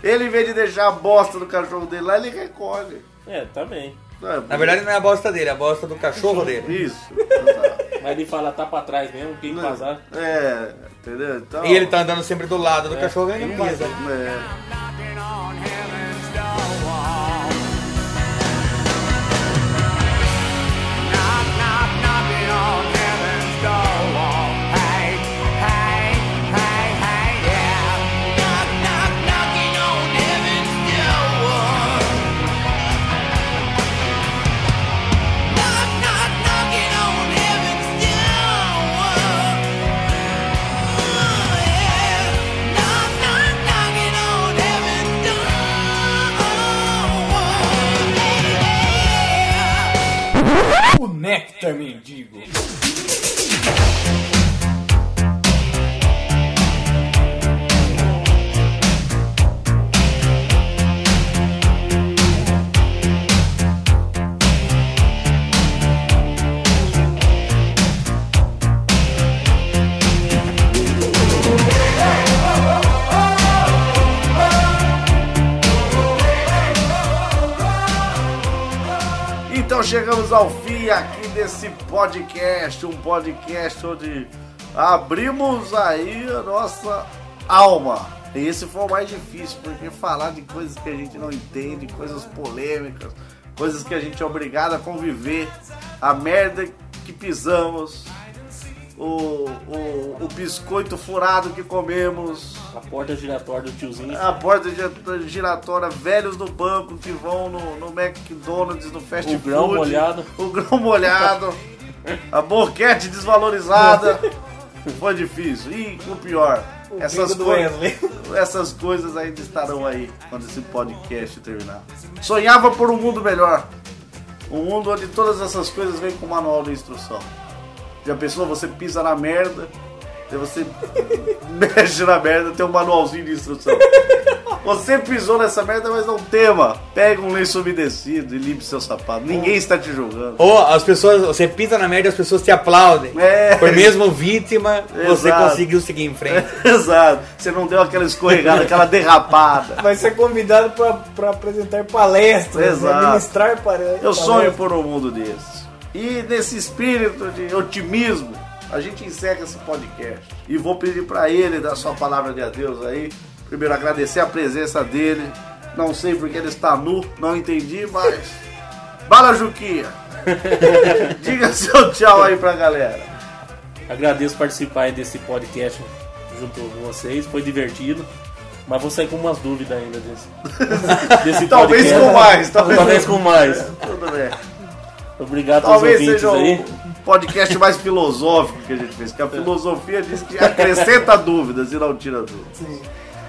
C: ele, em vez de deixar a bosta do cachorro dele lá, ele recolhe.
F: fala? É, também.
C: Não é
E: Na verdade não é a bosta dele, é a bosta do cachorro dele.
C: Isso. exato.
F: Mas ele fala, tá pra trás mesmo, quem passar.
C: É, entendeu? Então,
E: E ele tá andando sempre do lado do cachorro e não
C: É,
E: pisa.
G: knocking on heaven's door. Knock, knock, knocking on heaven's door. Hey, hey, hey, hey, yeah. Knock, knock, knocking on heaven's door. Knock, knock, knocking on heaven's door.
D: O néctar mendigo.
C: Então chegamos ao fim aqui desse podcast, um podcast onde abrimos aí a nossa alma. E esse foi o mais difícil, porque falar de coisas que a gente não entende, coisas polêmicas, coisas que a gente é obrigado a conviver, a merda que pisamos, o, o, o biscoito furado que comemos,
F: A porta giratória do tiozinho.
C: a porta gi- giratória, velhos do banco que vão no, no McDonald's, no fast
F: O grão
C: food,
F: molhado.
C: o grão molhado, a boquete desvalorizada. Foi difícil. E o pior, essas,
D: do
C: coi-
D: Wesley.
C: essas coisas ainda estarão aí quando esse podcast terminar. Sonhava por um mundo melhor. Um mundo onde todas essas coisas vêm com o manual de instrução. Já pensou, você pisa na merda, daí você mexe na merda, tem um manualzinho de instrução. Você pisou nessa merda, mas não tema. Pega um lenço umedecido e limpe seu sapato. Ninguém está te julgando.
E: Ou as pessoas, você pisa na merda e as pessoas te aplaudem.
C: É.
E: Por mesmo vítima, você
C: Exato.
E: conseguiu seguir em frente.
C: Exato. Você não deu aquela escorregada, aquela derrapada.
D: Vai ser convidado pra, pra apresentar palestras,
C: Exato.
D: pra ministrar palestras.
E: Tá
C: Eu sonho por um mundo desse. E nesse espírito de otimismo, a gente encerra esse podcast. E vou pedir para ele dar sua palavra de adeus aí. Primeiro, agradecer a presença dele. Não sei porque ele está nu, não entendi, mas. Bala Juquinha! Diga seu tchau aí pra galera.
F: Agradeço participar aí desse podcast junto com vocês, foi divertido. Mas vou sair com umas dúvidas ainda desse, desse
C: Talvez
F: podcast.
C: com mais, talvez-
F: Talvez com mais.
C: Tudo bem.
F: Obrigado aos
C: Talvez
F: ouvintes
C: seja um-
F: aí. É.
C: o podcast mais filosófico que a gente fez, que a filosofia diz que acrescenta dúvidas e não tira dúvidas.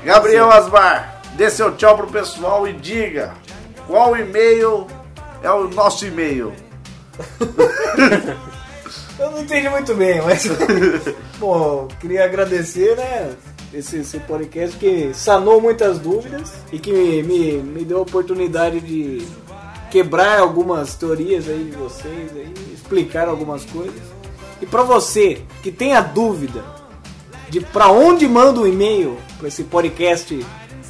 C: Gabriel Asmar, dê seu tchau pro pessoal e diga qual e-mail é o nosso e-mail.
D: Eu não entendi muito bem, mas. Bom, eu queria agradecer, né? Esse, esse podcast que sanou muitas dúvidas e que me, me, me deu a oportunidade de quebrar algumas teorias aí de vocês, aí, explicar algumas coisas. E pra você que tem a dúvida de pra onde manda um e-mail pra esse podcast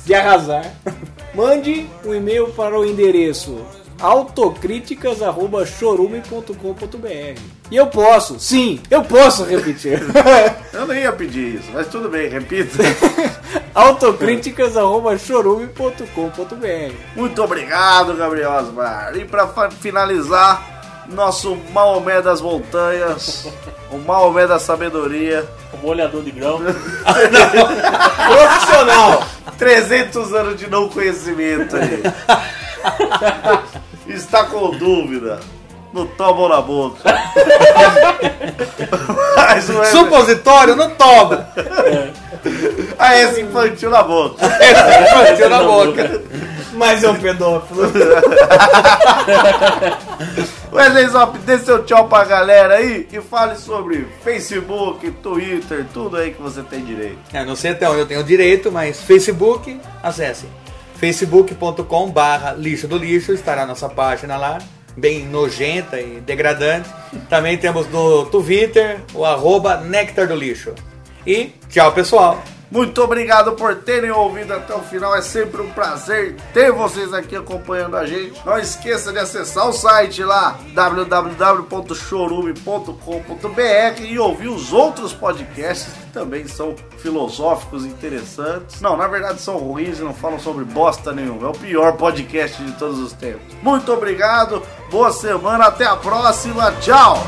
D: de arrasar, mande um e-mail para o endereço autocríticas.chorume.com.br E eu posso, sim, eu posso repetir.
C: Eu não ia pedir isso, mas tudo bem, repita.
D: autocríticas.chorume.com.br
C: Muito obrigado, Gabriel Asmar. E pra fa- finalizar, nosso Maomé das Montanhas, o Maomé da Sabedoria,
F: O molhador de grão.
E: Profissional!
C: 300 anos de não conhecimento aí. Está com dúvida. Não toma ou na boca. Mas não é.
E: Supositório não toma!
C: Ah, esse infantil na boca.
E: É, Tira na boca.
D: Mas é um pedófilo.
C: Wesley Zop, dê seu tchau pra galera aí e fale sobre Facebook, Twitter, tudo aí que você tem direito.
E: É, não sei até onde eu tenho direito, mas Facebook, acesse. facebook.com barra lixo do lixo, estará a nossa página lá, bem nojenta e degradante. Também temos no Twitter, o arroba néctar do lixo. E tchau, pessoal!
C: Muito obrigado por terem ouvido até o final. É sempre um prazer ter vocês aqui acompanhando a gente. Não esqueça de acessar o site lá www.chorume.com.br e ouvir os outros podcasts que também são filosóficos interessantes. Não, na verdade são ruins e não falam sobre bosta nenhuma. É o pior podcast de todos os tempos. Muito obrigado, boa semana, até a próxima. Tchau.